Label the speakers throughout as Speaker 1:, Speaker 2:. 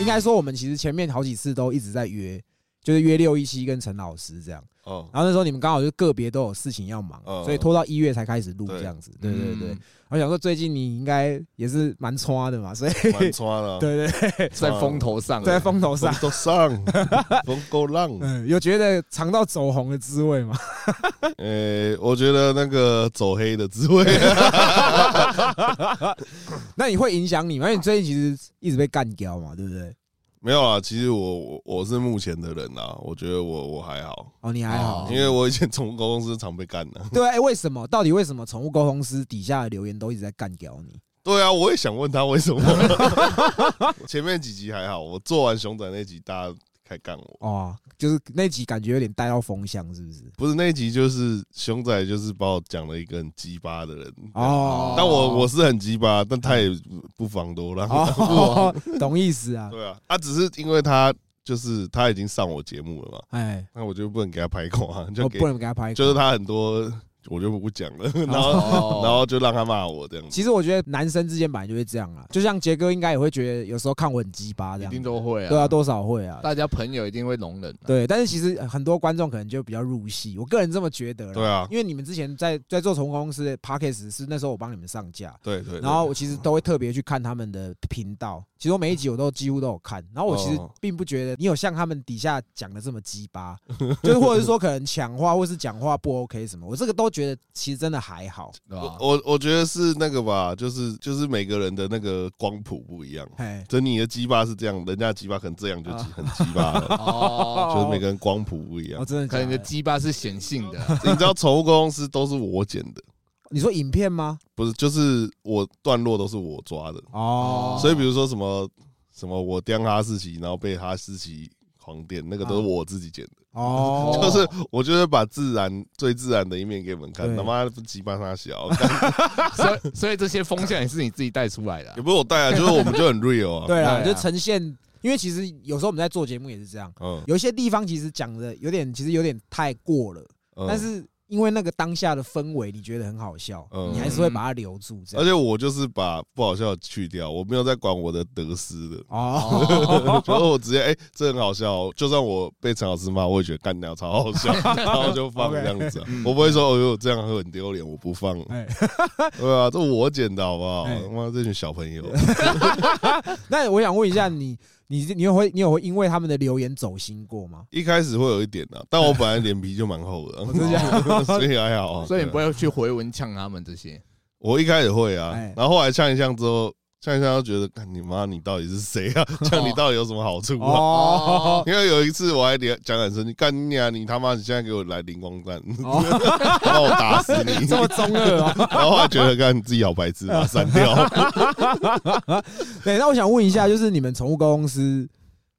Speaker 1: 应该说我们其实前面好几次都一直在约，就是约六一七跟陈老师这样。
Speaker 2: 哦，
Speaker 1: 然后那时候你们刚好就个别都有事情要忙，
Speaker 2: 嗯
Speaker 1: 所以拖到一月才开始录这样子。对对对，
Speaker 3: 嗯
Speaker 1: 我想说最近你应该也是蛮抓的嘛，所以
Speaker 2: 蛮穿了，，
Speaker 1: 对对对，
Speaker 3: 在风头上，啊
Speaker 1: 在风头上，
Speaker 2: 都上， 风够浪。
Speaker 1: 嗯，有觉得尝到走红的滋味吗？
Speaker 2: 呃，我觉得那个走黑 的滋味，
Speaker 1: 那你会影响你吗？因为你最近其实一直被干掉嘛，对不对？
Speaker 2: 没有啊。其实我我我是目前的人啊，我觉得我我还好，
Speaker 1: 哦，你还好
Speaker 3: 哦
Speaker 2: 因。为我以前宠物公司常被干 的。
Speaker 1: 对，哎，为什么？到底为什么宠物沟通师底下的留言都一直在干掉你？
Speaker 2: 对啊，我也想问他为什么。 前面几集还好，我做完熊仔那集，大家开干我。
Speaker 1: 哦，就是那集感觉有点带到风向，是不是？
Speaker 2: 不是那一集，就是熊仔，就是把我讲了一个很鸡巴的人。
Speaker 1: 哦，
Speaker 2: 但我我是很鸡巴，但他也不妨多让。
Speaker 1: 哦， 懂意思啊？
Speaker 2: 对啊，他只是因为他就是他已经上我节目了嘛，
Speaker 1: 哎，
Speaker 2: 那我就不能给他拍口啊，就
Speaker 1: 我哦
Speaker 2: 给
Speaker 1: 不能给他拍，
Speaker 2: 就是。他很多我就不讲了，然后
Speaker 3: 哦
Speaker 2: 然后就让他骂我这样子，
Speaker 1: 其实我觉得男生之间本来就会这样啦，就像杰哥应该也会觉得有时候看我很鸡巴这
Speaker 3: 一
Speaker 1: 样
Speaker 3: 定，都会啊，
Speaker 1: 对啊，多少会啊，
Speaker 3: 大家朋友一定会容忍啊，
Speaker 1: 对。但是其实很多观众可能就比较入戏，我个人这么觉得啦。
Speaker 2: 对啊，
Speaker 1: 哦因为你们之前在在做宠物公司的 p a c k a s e 是那时候我帮你们上架，
Speaker 2: 对对，对
Speaker 1: 然后我其实都会特别去看他们的频道，其实我每一集我都几乎都有看。然后我其实
Speaker 2: 哦
Speaker 1: 并不觉得你有像他们底下讲的这么鸡巴， 就是或者是说可能抢话或是讲话不 OK 什么，我这个都觉得其实真的还好。
Speaker 3: 对吧
Speaker 2: 我？我我觉得是那个吧，就是就是每个人的那个光谱不一样，
Speaker 1: 嘿，
Speaker 2: 就你的鸡巴是这样，人家的鸡巴可能这样
Speaker 1: 哦
Speaker 2: 就很鸡巴 了，
Speaker 3: 哦，
Speaker 2: 就是每个人光谱不一
Speaker 1: 我
Speaker 2: 样。
Speaker 1: 真的假
Speaker 3: 可能你的
Speaker 1: 的，
Speaker 3: 鸡巴是显性的啊，
Speaker 2: 你知道宠物公司都是我剪的，
Speaker 1: 你说影片吗？
Speaker 2: 不是就是我段落都是我抓的，
Speaker 1: 哦，
Speaker 2: 所以比如说什么什么我颠哈士奇，然后被哈士奇狂电，那个
Speaker 1: 嗯
Speaker 2: 都是我自己剪的。
Speaker 1: 哦，
Speaker 3: 哦
Speaker 2: 就是我就是把自然最自然的一面给你们看，
Speaker 1: 对
Speaker 2: 他妈不鸡巴他小，
Speaker 3: 所以所以这些风向也是你自己带出来的啊
Speaker 2: 也，不是我带啊，就是我们就很 real 啊。
Speaker 1: 对啊，
Speaker 3: 对啊
Speaker 1: 就呈现，因为其实有时候我们在做节目也是这样，
Speaker 2: 嗯，
Speaker 1: 有一些地方其实讲的有点，其实有点太过了，
Speaker 2: 嗯，
Speaker 1: 但是因为那个当下的氛围，你觉得很好笑，
Speaker 2: 嗯
Speaker 1: 你还是会把它留住这
Speaker 2: 而
Speaker 1: 样。
Speaker 2: 且我就是把不好笑的去掉，我没有在管我的得失 的。
Speaker 1: 哦，
Speaker 2: 然后我直接哎、这很好笑哦、就算我被陈老师骂，我也觉得干掉超好 笑，然后就放
Speaker 1: OK 嗯
Speaker 2: 这样子啊、我不会说哦哟这样会很丢脸，我 不放。
Speaker 1: 哎
Speaker 2: 对啊，这我剪的好不好？
Speaker 1: 哎
Speaker 2: 他妈这群小 朋友，
Speaker 1: 那我想问一下你，你你有会你有会因为他们的留言走心过吗？
Speaker 2: 一开始会有一点的、但我本来脸皮就蛮厚的， 所以还好、啊。
Speaker 3: 所以你不
Speaker 2: 对啊
Speaker 3: 会去回文呛他们这些，
Speaker 2: 我一开始会啊
Speaker 1: 哎，
Speaker 2: 然后后来呛一呛之后，呛一呛就觉得，干你妈，你到底是谁啊？呛你到底有什么好处啊？
Speaker 1: 哦，
Speaker 2: 因为有一次我还连讲很生气，干你啊，你他妈你现在给我来灵光弹，
Speaker 1: 哦，
Speaker 2: 让我打死你！
Speaker 1: 这么 中二啊！
Speaker 2: 然后后来觉得干你自己好白痴，把它删掉。
Speaker 1: 对，那我想问一下，就是你们宠物公司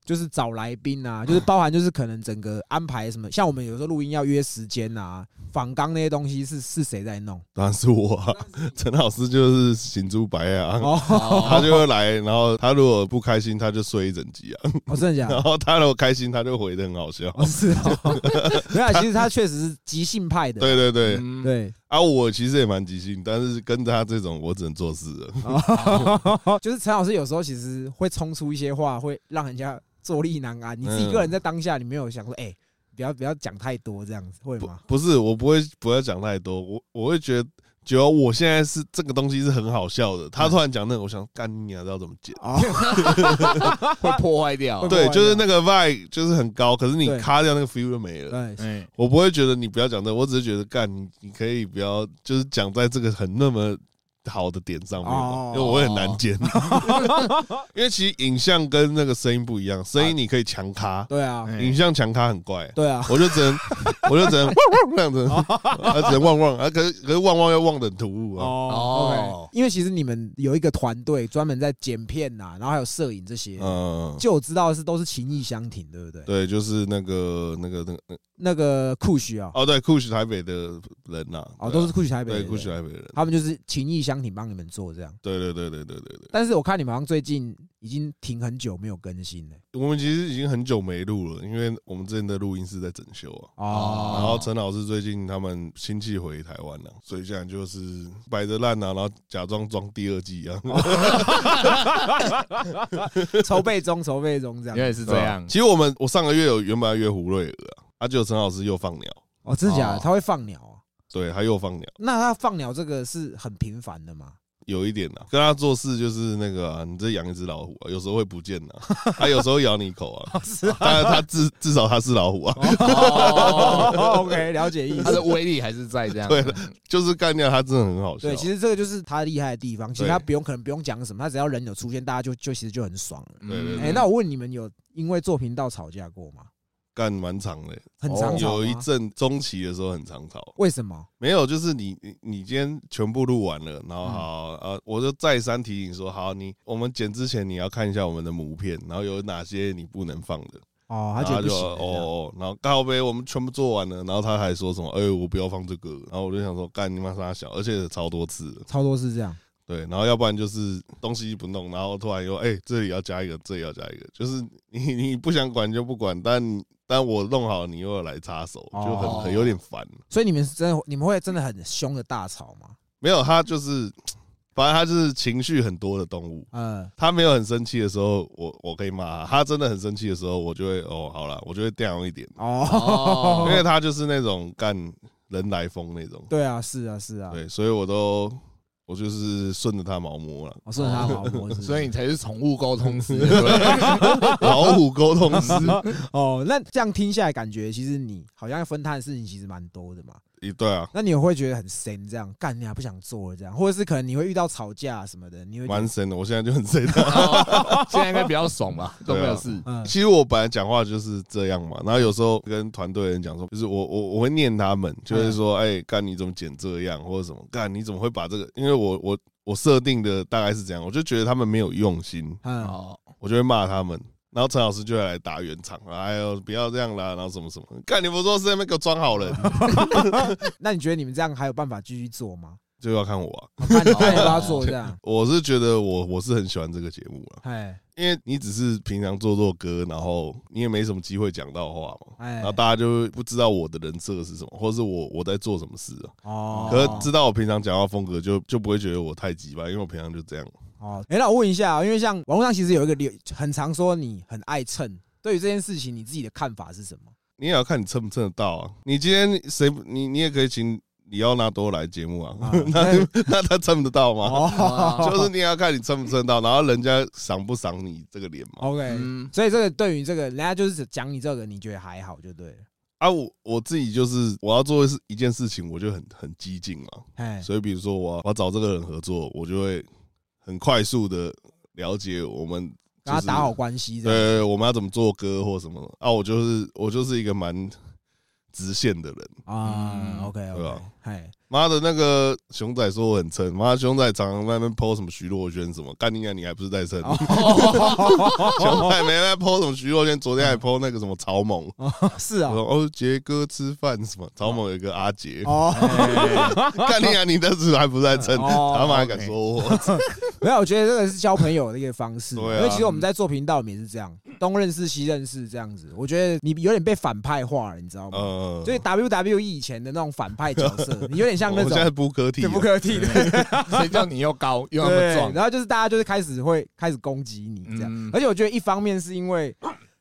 Speaker 1: 就是找来宾啊，就是包含就是可能整个安排什么，像我们有时候录音要约时间啊，访纲那些东西是是谁在弄？
Speaker 2: 当然是我啊， 陈老师就是行猪白啊。
Speaker 1: 哦，
Speaker 2: 他就会来，然后他如果不开心，他就睡一整集啊。
Speaker 1: 我哦真的假
Speaker 2: 然
Speaker 1: 的？
Speaker 2: 后他如果开心，他就回的很好笑。
Speaker 1: 哦，是哦， 没有啊，其实他确实是即兴派的，
Speaker 2: 对对对，
Speaker 3: 嗯，
Speaker 1: 对，
Speaker 2: 啊，我其实也蛮即兴，但是跟着他这种，我只能做事了。
Speaker 1: 哦就是陈老师有时候其实会冲出一些话，会让人家坐立难安。你自己
Speaker 2: 嗯
Speaker 1: 个人在当下，你没有想说，哎，不要不要讲太多这样子，会
Speaker 2: 不
Speaker 1: 吗？
Speaker 2: 不是，我不会不要讲太多，我我会觉得，只要我现在是这个东西是很好笑的，
Speaker 1: 嗯
Speaker 2: 他突然讲那个，我想干你啊，知道怎么剪？
Speaker 1: 哦，
Speaker 3: 会破坏掉
Speaker 1: 会，
Speaker 2: 对，就是那个 vibe 就是很高，可是你
Speaker 1: 啊对嗯
Speaker 2: 卡掉那个 feel 就没了。
Speaker 1: 对，
Speaker 3: 哎，
Speaker 2: 我不会觉得你不要讲这个，我只是觉得干你，你可以不要就是讲在这个很那么好的点上面嘛
Speaker 1: 哦，
Speaker 2: 因为我会很难剪， 因为其实影像跟那个声音不一样，声音你可以强卡，
Speaker 1: 对啊，
Speaker 3: 哎
Speaker 2: 影像强卡很怪。
Speaker 1: 对啊，
Speaker 2: 我就只能，我就只能汪汪这样子，啊，只能汪汪啊，可是可是汪汪又汪的很突兀啊，
Speaker 1: 哦 o k 因为其实你们有一个团队专门在剪片呐、然后还有摄影这些，
Speaker 2: 嗯，
Speaker 1: 就我知道的是都是情义相挺，对不对？
Speaker 2: 对，就是那个那个那个那个
Speaker 1: 那个酷许啊，
Speaker 2: 哦，对，酷许台北的人呐，
Speaker 1: 哦，
Speaker 2: 对啊
Speaker 1: 都是酷许台北的，
Speaker 2: 对酷
Speaker 1: 对
Speaker 2: 许台北的人，
Speaker 1: 他们就是情义相挺帮你们做这样。
Speaker 2: 对对对对对对对，
Speaker 1: 但是我看你们好像最近已已经停很久没有更新了。
Speaker 2: 我们其实已经很久没录了，因为我们之前的录音室在整修啊。
Speaker 1: 哦，
Speaker 2: 然后陈老师最近他们亲戚回台湾了，所以现在就是摆着烂啊，然后假装装第二季啊。
Speaker 1: 哦筹备中，筹备中这
Speaker 3: 原
Speaker 1: 样。
Speaker 3: 来是这样
Speaker 2: 其实我们我上个月有原本要约胡瑞尔啊，啊，结果陈老师又放鸟，
Speaker 1: 哦，真的假的？
Speaker 3: 哦
Speaker 1: 他会放鸟啊？
Speaker 2: 对他又放鸟，
Speaker 1: 那他放鸟这个是很频繁的吗？
Speaker 2: 有一点啊，跟他做事就是那个、啊，你这养一只老虎啊，有时候会不见啊， 他有时候咬你一口 啊，
Speaker 1: 是啊。
Speaker 2: 当然他至至少他是老虎啊，
Speaker 3: 哦，
Speaker 1: OK，了解意
Speaker 3: 它的
Speaker 1: 思。
Speaker 3: 威力还是在这样。
Speaker 2: 对就是干掉他真的很好笑啊
Speaker 1: 对，。其实这个就是他厉害的地方。其实
Speaker 2: 对
Speaker 1: 他不用，可能不用讲什么，他只要人有出现，大家就就其实就很爽了。
Speaker 3: 嗯
Speaker 2: 对对对
Speaker 1: 哎，那我问你们，有因为做频道吵架过吗？
Speaker 2: 干蛮长的、
Speaker 1: 很常吵
Speaker 2: 哦有一
Speaker 1: 吗？
Speaker 2: 阵中期的时候很常吵，
Speaker 1: 为什么？
Speaker 2: 没有，就是你你你今天全部录完了，
Speaker 1: 嗯
Speaker 2: 然后好、呃，我就再三提醒说，好，你我们剪之前你要看一下我们的母片，然后有哪些你不能放的，
Speaker 1: 哦，他
Speaker 2: 然
Speaker 1: 觉
Speaker 2: 后
Speaker 1: 得不
Speaker 2: 就
Speaker 1: 行
Speaker 2: 哦
Speaker 1: 了。这样
Speaker 2: 哦，然后告呗，我们全部做完了，然后他还说什么，哎、我不要放这个，然后我就想说，干你妈傻小，而且超多次了，
Speaker 1: 超多是这样。
Speaker 2: 对，然后要不然就是东西不弄，然后突然又哎、这里要加一个，这里要加一个，就是你你不想管就不管，但但我弄好你又要来插手，
Speaker 1: 哦
Speaker 2: 就很很有点烦。
Speaker 1: 所以你们是真的，你们会真的很凶的大吵吗？
Speaker 2: 没有，他就是，反正他就是情绪很多的动物。
Speaker 1: 呃，
Speaker 2: 他没有很生气的时候，我我可以骂他；他真的很生气的时候，我就会哦，好了，我就会掉一点，因
Speaker 1: 哦，
Speaker 2: 为他就是那种干人来疯那种。
Speaker 1: 对啊，是啊，是啊，，
Speaker 2: 对，所以我都我就是顺着他毛摸了
Speaker 1: 我顺着他毛哦摸，是不是
Speaker 3: 所以你才是宠物沟通师，对 不对
Speaker 2: 老虎沟通师
Speaker 1: 哦，那这样听下来，感觉其实你好像分摊的事情其实蛮多的嘛。
Speaker 2: 一对啊，
Speaker 1: 那你也会觉得很神，这样干你还不想做了这样，或者是可能你会遇到吵架什么的，你会觉得
Speaker 2: 蛮神的。我现在就很神 的。
Speaker 3: 哦现在应该比较爽吧，都没有事。
Speaker 1: 嗯
Speaker 2: 其实我本来讲话就是这样嘛，然后有时候跟团队人讲说，就是我我我会念他们，就是说，哎，干你怎么剪这样，或者什么，干你怎么会把这个？因为我我我设定的大概是这样，我就觉得他们没有用心，
Speaker 1: 嗯，
Speaker 3: 哦，
Speaker 2: 我就会骂他们。然后陈老师就会来打圆场，哎呦，不要这样啦，然后什么什么，干你不说是在那边给我装好人，
Speaker 1: 那你觉得你们这样还有办法继续做吗？
Speaker 2: 就要看我啊。
Speaker 1: 我看你看你要做这样，
Speaker 2: 我是觉得我我是很喜欢这个节目啊，
Speaker 1: 哎
Speaker 2: 因为你只是平常做做歌，然后你也没什么机会讲到话嘛，
Speaker 1: 哎
Speaker 2: 然后大家就会不知道我的人设是什么，或是我我在做什么事啊。
Speaker 1: 哦，
Speaker 2: 可是知道我平常讲话风格，就就不会觉得我太急吧，因为我平常就这样。
Speaker 1: 哦，哎，那我问一下啊，因为像网络上其实有一个流，很常说你很爱蹭，对于这件事情你自己的看法是什么？
Speaker 2: 你也要看你蹭不蹭得到啊。你今天谁你你也可以请里奥纳多来节目啊，
Speaker 1: 啊
Speaker 2: 那那他蹭得到吗？
Speaker 1: 哦
Speaker 2: 就是你也要看你蹭不蹭得到，然后人家赏不赏你这个脸嘛。
Speaker 1: ，OK，
Speaker 3: 嗯，
Speaker 1: 所以这个对于这个人家就是讲你这个，你觉得还好就对了，
Speaker 2: 啊，我我自己就是我要做的是一件事情，我就很很激进嘛。
Speaker 1: 哎，
Speaker 2: 所以比如说我要我要找这个人合作，我就会很快速的了解我们，
Speaker 1: 跟他打好关系这样。
Speaker 2: 对，我们要怎么做歌或什么啊。我就是我就是一个蛮直线的人。
Speaker 1: 啊
Speaker 3: 嗯
Speaker 1: ，OK
Speaker 2: 对
Speaker 1: OK，
Speaker 2: 啊
Speaker 1: 哎，
Speaker 2: 妈的，那个熊仔说我很蹭，妈熊仔常常在那边 PO 什么徐若瑄什么，干你娘，你还不是在蹭？
Speaker 1: 哦
Speaker 2: 熊仔没在 PO 什么徐若瑄，昨天还 PO 那个什么曹猛，
Speaker 1: 是啊
Speaker 2: 我，说哦杰哥吃饭什么，曹猛有一个阿杰，
Speaker 1: 哦，
Speaker 2: 啊 干你娘，你那时候还不是在蹭，
Speaker 1: 哦
Speaker 2: 他妈还敢说 我？
Speaker 1: 没有，我觉得这个是交朋友的一个方式，
Speaker 2: 对啊
Speaker 1: 因为其实我们在做频道也是这样，东认识西认识这样子，我觉得你有点被反派化了，你知道吗？
Speaker 2: 呃，
Speaker 1: 所以 WWE 以前的那种反派角 色，你有点像那
Speaker 2: 我哦现
Speaker 1: 种
Speaker 2: 在不科替
Speaker 1: 对，不可替的，
Speaker 3: 谁叫你又高又那
Speaker 1: 对
Speaker 3: 么，壮？
Speaker 1: 然后就是大家就是开始会开始攻击你这样
Speaker 3: 嗯，
Speaker 1: 而且我觉得一方面是因为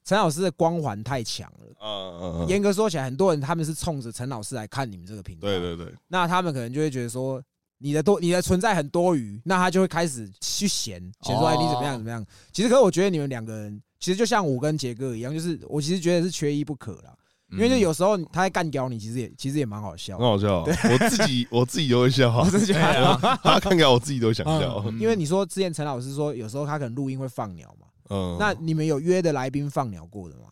Speaker 1: 陈老师的光环太强了。
Speaker 2: 嗯嗯嗯，
Speaker 1: 严格说起来，很多人他们是冲着陈老师来看你们这个频道，
Speaker 2: 对对对，
Speaker 1: 那他们可能就会觉得说你的多你的存在很多余，那他就会开始去嫌嫌说
Speaker 3: 哦
Speaker 1: 哎你怎么样怎么样。其实可是我觉得你们两个人其实就像我跟杰哥一样，就是我其实觉得是缺一不可啦，
Speaker 3: 嗯
Speaker 1: 因为就有时候他在干掉你，其实也其实也蛮好笑
Speaker 2: 很。好笑啊，我自己我自己都会笑啊，
Speaker 1: 真的假的？
Speaker 2: 他看看我自己都想 笑，
Speaker 3: 嗯
Speaker 1: 因为你说之前陈老师说有时候他可能录音会放鸟嘛，
Speaker 2: 嗯，
Speaker 1: 那你们有约的来宾放鸟过的吗？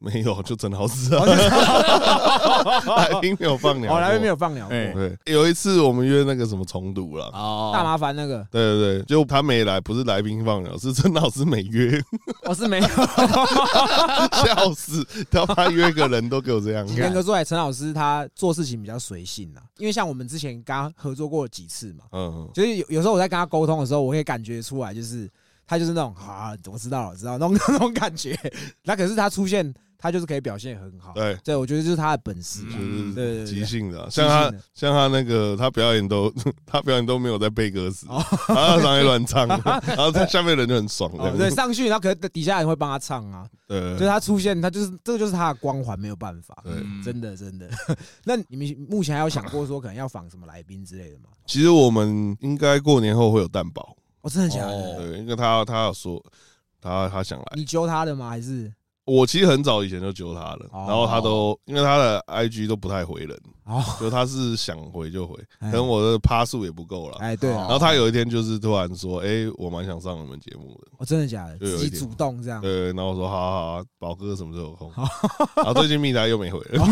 Speaker 2: 没有，就陈老师啊， 来宾没有放 鸟，
Speaker 1: 哦，来宾没。有放鸟过，
Speaker 3: 哎
Speaker 2: 对，有一次我们约那个什么重读了，
Speaker 3: 哦，
Speaker 1: 大麻烦那个
Speaker 2: 对对对，就他没来，不是来宾放鸟，是陈老师没约，
Speaker 1: 我是没有。
Speaker 2: 笑死！他妈约个人都给我这样，
Speaker 1: 严格说来，陈老师他做事情比较随性啦，因为像我们之前跟他合作过几次嘛，
Speaker 2: 嗯，
Speaker 1: 就是有有时候我在跟他沟通的时候，我可以感觉出来，就是他就是那种好啊，我知道了，知道了那种那种感觉。那可是他出现，他就是可以表现很好。
Speaker 2: 对，嗯
Speaker 1: 对，我觉得就是他的本事啊。对对
Speaker 2: 就
Speaker 1: 对
Speaker 2: 是即兴的啊，
Speaker 1: 即兴
Speaker 2: 像他
Speaker 1: 的
Speaker 2: 像他那个他表演都 他表演都没有在背歌词，
Speaker 1: 哦
Speaker 2: 他上面乱唱， 然后在下面人就很爽
Speaker 1: 哦，
Speaker 2: 这
Speaker 1: 对，
Speaker 2: 样，
Speaker 1: 上去，然后可能底下人会帮他唱啊，
Speaker 2: 对
Speaker 1: 就是他出现，他就是这个就是他的光环，没有办法，
Speaker 2: 对。
Speaker 3: 嗯
Speaker 1: 真的真的。那你们目前还有想过说可能要访什么来宾之类的吗？
Speaker 2: 其实我们应该过年后会有蛋堡，
Speaker 1: 哦，真的假的？
Speaker 2: 对，因为他他有说他他想来，
Speaker 1: 你揪他的吗？还是
Speaker 2: 我其实很早以前就揪他了，
Speaker 1: 哦
Speaker 2: 然后他都因为他的 IG 都不太回人，
Speaker 1: 哦？
Speaker 2: 就他是想回就回，
Speaker 1: 哎
Speaker 2: 可能我哦的趴数也不够了。
Speaker 1: 哎，对
Speaker 2: 然
Speaker 1: 啊，
Speaker 2: 后他有一天就是突然说：“哎，我蛮想上你们节目的。
Speaker 1: 哦，真的假的？
Speaker 2: 就有
Speaker 1: 自
Speaker 2: 一
Speaker 1: 己
Speaker 2: 点
Speaker 1: 主动这”样。
Speaker 2: 对，然后我说：“好啊好啊，宝哥什么时候有空？” 然后最近密达又没回了，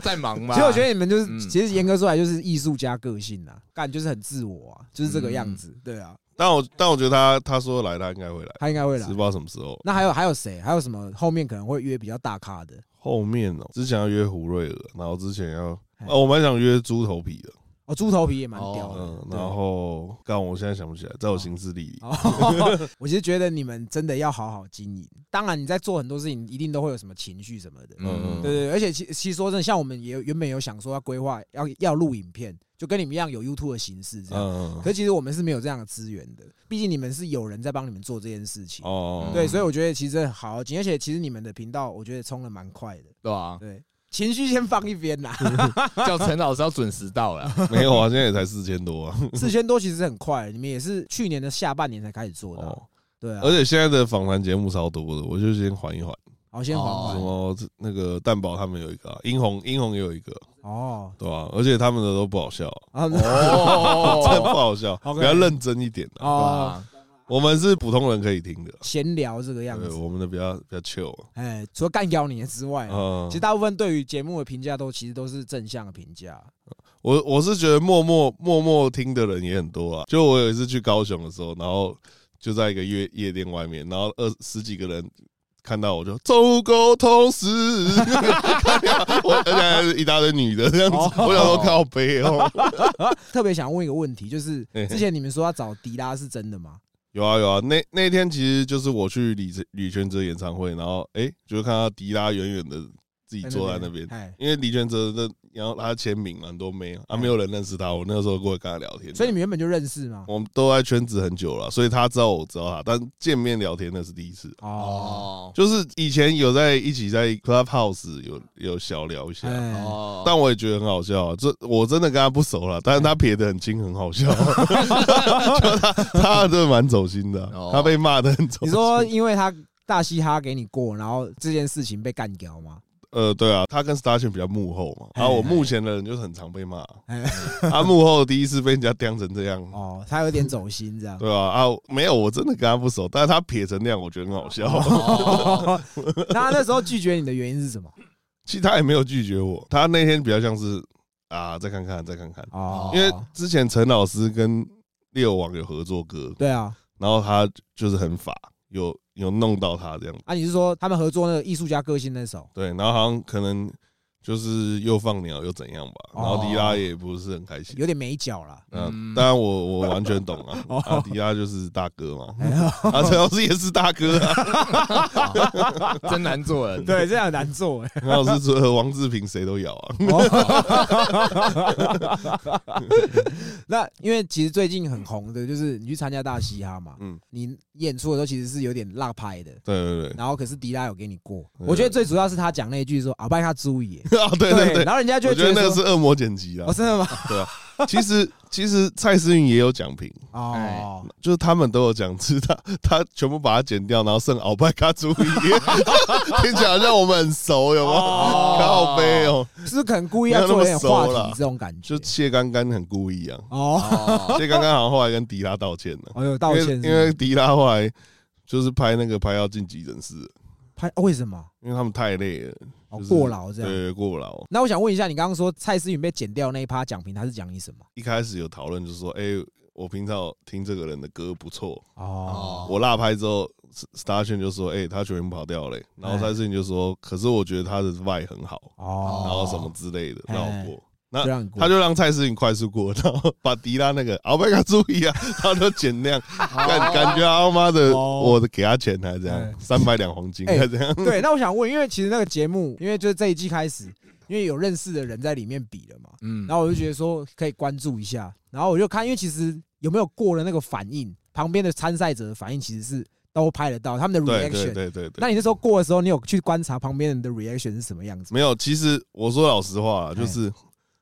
Speaker 3: 在忙嘛。
Speaker 1: 其实我觉得你们就是，
Speaker 3: 嗯
Speaker 1: 其实严格说来就是艺术家个性啊，干就是很自我啊，就是这个样子。
Speaker 2: 嗯
Speaker 1: 对啊，
Speaker 2: 但我但我觉得他他说来他应该会来，
Speaker 1: 他应该会
Speaker 2: 只
Speaker 1: 来
Speaker 2: 是不。知道什么时候。
Speaker 1: 那还有还有谁？还有什么后面可能会约比较大咖的？
Speaker 2: 后面哦，之前要约胡瑞尔，然后之前要
Speaker 1: 哎
Speaker 2: 哦，我蛮想约猪头皮的，
Speaker 1: 哦，猪头皮也蛮屌的。
Speaker 2: 嗯，
Speaker 1: 对
Speaker 2: 然后干我现在想不起来，在我行事历里。
Speaker 1: 哦， 我其实觉得你们真的要好好经营。当然，你在做很多事情，一定都会有什么情绪什么的。
Speaker 2: 嗯嗯
Speaker 1: 对对，而且其其实说真的，像我们也有原本有想说要规划要要录影片，就跟你们一样有 YouTube 的形式这样。
Speaker 2: 嗯，
Speaker 1: 可其实我们是没有这样的资源的，毕竟你们是有人在帮你们做这件事情。
Speaker 2: 哦，
Speaker 1: 对，所以我觉得其实好好紧，而且其实你们的频道我觉得冲的蛮快的。
Speaker 3: 对 吧？
Speaker 1: 对，情绪先放一边啦，
Speaker 3: 叫陈老师要准时到 了。
Speaker 2: 没有啊，现在也才四千多啊。
Speaker 1: 四千多其实很快，你们也是去年的下半年才开始做的啊、
Speaker 2: 哦，
Speaker 1: 对啊
Speaker 2: 而。且现在的访谈节目超多的，我就先缓一缓。
Speaker 1: 好，先缓
Speaker 2: 哦什
Speaker 1: 缓。
Speaker 2: 么那个蛋宝他们有一个啊，英红英红也有一个，
Speaker 1: 哦，
Speaker 2: 对吧？而且他们的都不好笑，
Speaker 1: 啊，
Speaker 2: 哦 真的不
Speaker 3: 哦，
Speaker 2: 好笑，
Speaker 1: OK
Speaker 2: 比较认真一点啊。
Speaker 1: 哦，
Speaker 2: 我们是普通人可以听的，
Speaker 1: 闲聊这个样
Speaker 2: 对，
Speaker 1: 子。
Speaker 2: 我们的比较比较 chill 啊。
Speaker 1: 哎，除了干掉你之外，
Speaker 2: 嗯
Speaker 1: 哎其实大部分对于节目的评价都其实都是正向的评价。
Speaker 2: 我我是觉得默默默默听的人也很多啊。就我有一次去高雄的时候，然后就在一个夜夜店外面，然后二十几个人看到我就走狗同时， 我而且还是一大堆女的这样子，
Speaker 1: 哦
Speaker 2: 我想说靠背哦。
Speaker 1: 特别想问一个问题，就是
Speaker 2: 嘿嘿
Speaker 1: 之前你们说要找迪拉是真的吗？
Speaker 2: 有啊有啊，那那天其实就是我去李李全哲演唱会，然后哎、就看到迪拉远远的自己坐在那边。
Speaker 1: 哎，
Speaker 2: 因为李全哲的，然后他签名嘛，很多妹啊，啊没有人认识他。我那时候过来跟他聊天，
Speaker 1: 所以你们原本就认识吗？
Speaker 2: 我们都在圈子很久了，所以他知道我知道他，但见面聊天那是第一次。
Speaker 1: 哦，
Speaker 3: 哦
Speaker 2: 就是以前有在一起在 Clubhouse 有有小聊一下，
Speaker 1: 哎，
Speaker 3: 哦，
Speaker 2: 但我也觉得很好笑、啊。这我真的跟他不熟了，但是他
Speaker 1: 哎
Speaker 2: 撇得很轻，很 好笑。就他他真的蛮走心的啊、
Speaker 3: 哦
Speaker 2: 他被骂的很走心。
Speaker 1: 你说因为他大嘻哈给你过，然后这件事情被干掉吗？
Speaker 2: 呃，对啊，他跟 Star 圈比较幕后嘛，
Speaker 1: 哎
Speaker 2: 然后我幕前的人就是很常被骂
Speaker 1: 哎，
Speaker 2: 他幕后第一次被人家刁成这样，
Speaker 1: 哦，他有点走心这样。
Speaker 2: 嗯 对啊，啊，没有，我真的跟他不熟，但是他撇成那样，我觉得很好笑。
Speaker 1: 哦 那他那时候拒绝你的原因是什么？
Speaker 2: 其实他也没有拒绝我，他那天比较像是啊，再看看，再看看，
Speaker 1: 哦，
Speaker 2: 因为之前陈老师跟六王有合作歌，
Speaker 1: 对啊，
Speaker 2: 然后他就是很法，有有弄到他这样，
Speaker 1: 啊，你是说他们合作那个艺术家个性那首？
Speaker 2: 对，然后好像可能就是又放鸟又怎样吧，
Speaker 1: 哦
Speaker 2: 然后迪拉也不是很开心，
Speaker 1: 有点美角啦。
Speaker 2: 嗯
Speaker 3: 嗯，
Speaker 2: 当然我我完全懂啊
Speaker 1: 哦，
Speaker 2: 啊迪拉就是大哥嘛，
Speaker 1: 哎呦
Speaker 2: 啊陈老师也是大哥 啊，
Speaker 3: 真难做人。
Speaker 1: 对，这样很难做哎。
Speaker 2: 陈老师除了王志平谁都咬啊，
Speaker 1: 哦 那因为其实最近很红的就是你去参加大嘻哈嘛，
Speaker 2: 嗯，
Speaker 1: 你演出的时候其实是有点落拍的，
Speaker 2: 对对
Speaker 1: 然后可是迪拉有给你过，
Speaker 2: 嗯
Speaker 1: 我觉得最主要是他讲那一句说阿拜他注意耶，
Speaker 2: 对，啊对对对，
Speaker 1: 然后人家就
Speaker 2: 我
Speaker 1: 会
Speaker 2: 觉得那
Speaker 1: 说
Speaker 2: 个是恶魔剪辑啊
Speaker 1: 哦，，真的 吗？
Speaker 2: 对啊，其实其实蔡思韵也有讲评，
Speaker 1: 哦，
Speaker 2: 就是他们都有讲，只是他他全部把它剪掉，然后剩鳌拜卡主义， 听起来好像我们很熟，有吗？
Speaker 3: 哦
Speaker 2: 靠背哦，
Speaker 1: 是不是可能故意要做有点话题这种感觉
Speaker 2: 就？谢刚刚很故意啊，
Speaker 1: 哦，
Speaker 3: 哦
Speaker 2: 谢刚刚好像后来跟迪拉道歉了，
Speaker 1: 哦有 道歉是
Speaker 2: 因
Speaker 1: 不
Speaker 2: 为
Speaker 1: 是，
Speaker 2: 因为迪拉后来就是拍那个拍要进急诊室了，
Speaker 1: 拍哦为什么？
Speaker 2: 因为他们太累了，
Speaker 1: 哦
Speaker 2: 就，是
Speaker 1: 过劳这样。
Speaker 2: 对，过劳。
Speaker 1: 那我想问一下，你刚刚说蔡思允被剪掉那一趴讲评，他是讲你什么？
Speaker 2: 一开始有讨论，就是说，哎、我平常有听这个人的歌不错，
Speaker 1: 哦，
Speaker 2: 我落拍之后，Star 圈就说：“哎、他球员跑掉了、欸然后
Speaker 1: 哎
Speaker 2: 蔡思颖就说：“可是我觉得他的 vibe 很好，然
Speaker 1: 哦，
Speaker 2: 后什么之类的，
Speaker 1: 哎
Speaker 2: 让我过。”那
Speaker 1: 就让你过
Speaker 2: 他就让蔡思颖快速过，然后把迪拉那个奥贝卡注意啊，他都 减量，感感觉他妈的，
Speaker 1: 哦
Speaker 2: 我给他钱还这样
Speaker 1: 哎，
Speaker 2: 三百两黄金
Speaker 1: 哎
Speaker 2: 还这样，
Speaker 1: 对，那我想问，因为其实那个节目，因为就是这一季开始，因为有认识的人在里面比了嘛，
Speaker 3: 嗯，
Speaker 1: 然后我就觉得说可以关注一下，然后我就看，因为其实有没有过了那个反应，旁边的参赛者的反应其实是都拍得到他们的
Speaker 2: 对对
Speaker 1: reaction。
Speaker 2: 对对对。
Speaker 1: 那你那时候过的时候，你有去观察旁边人的 reaction 是什么样子吗？
Speaker 2: 没有，其实我说老实话啦，
Speaker 1: 哎
Speaker 2: 就是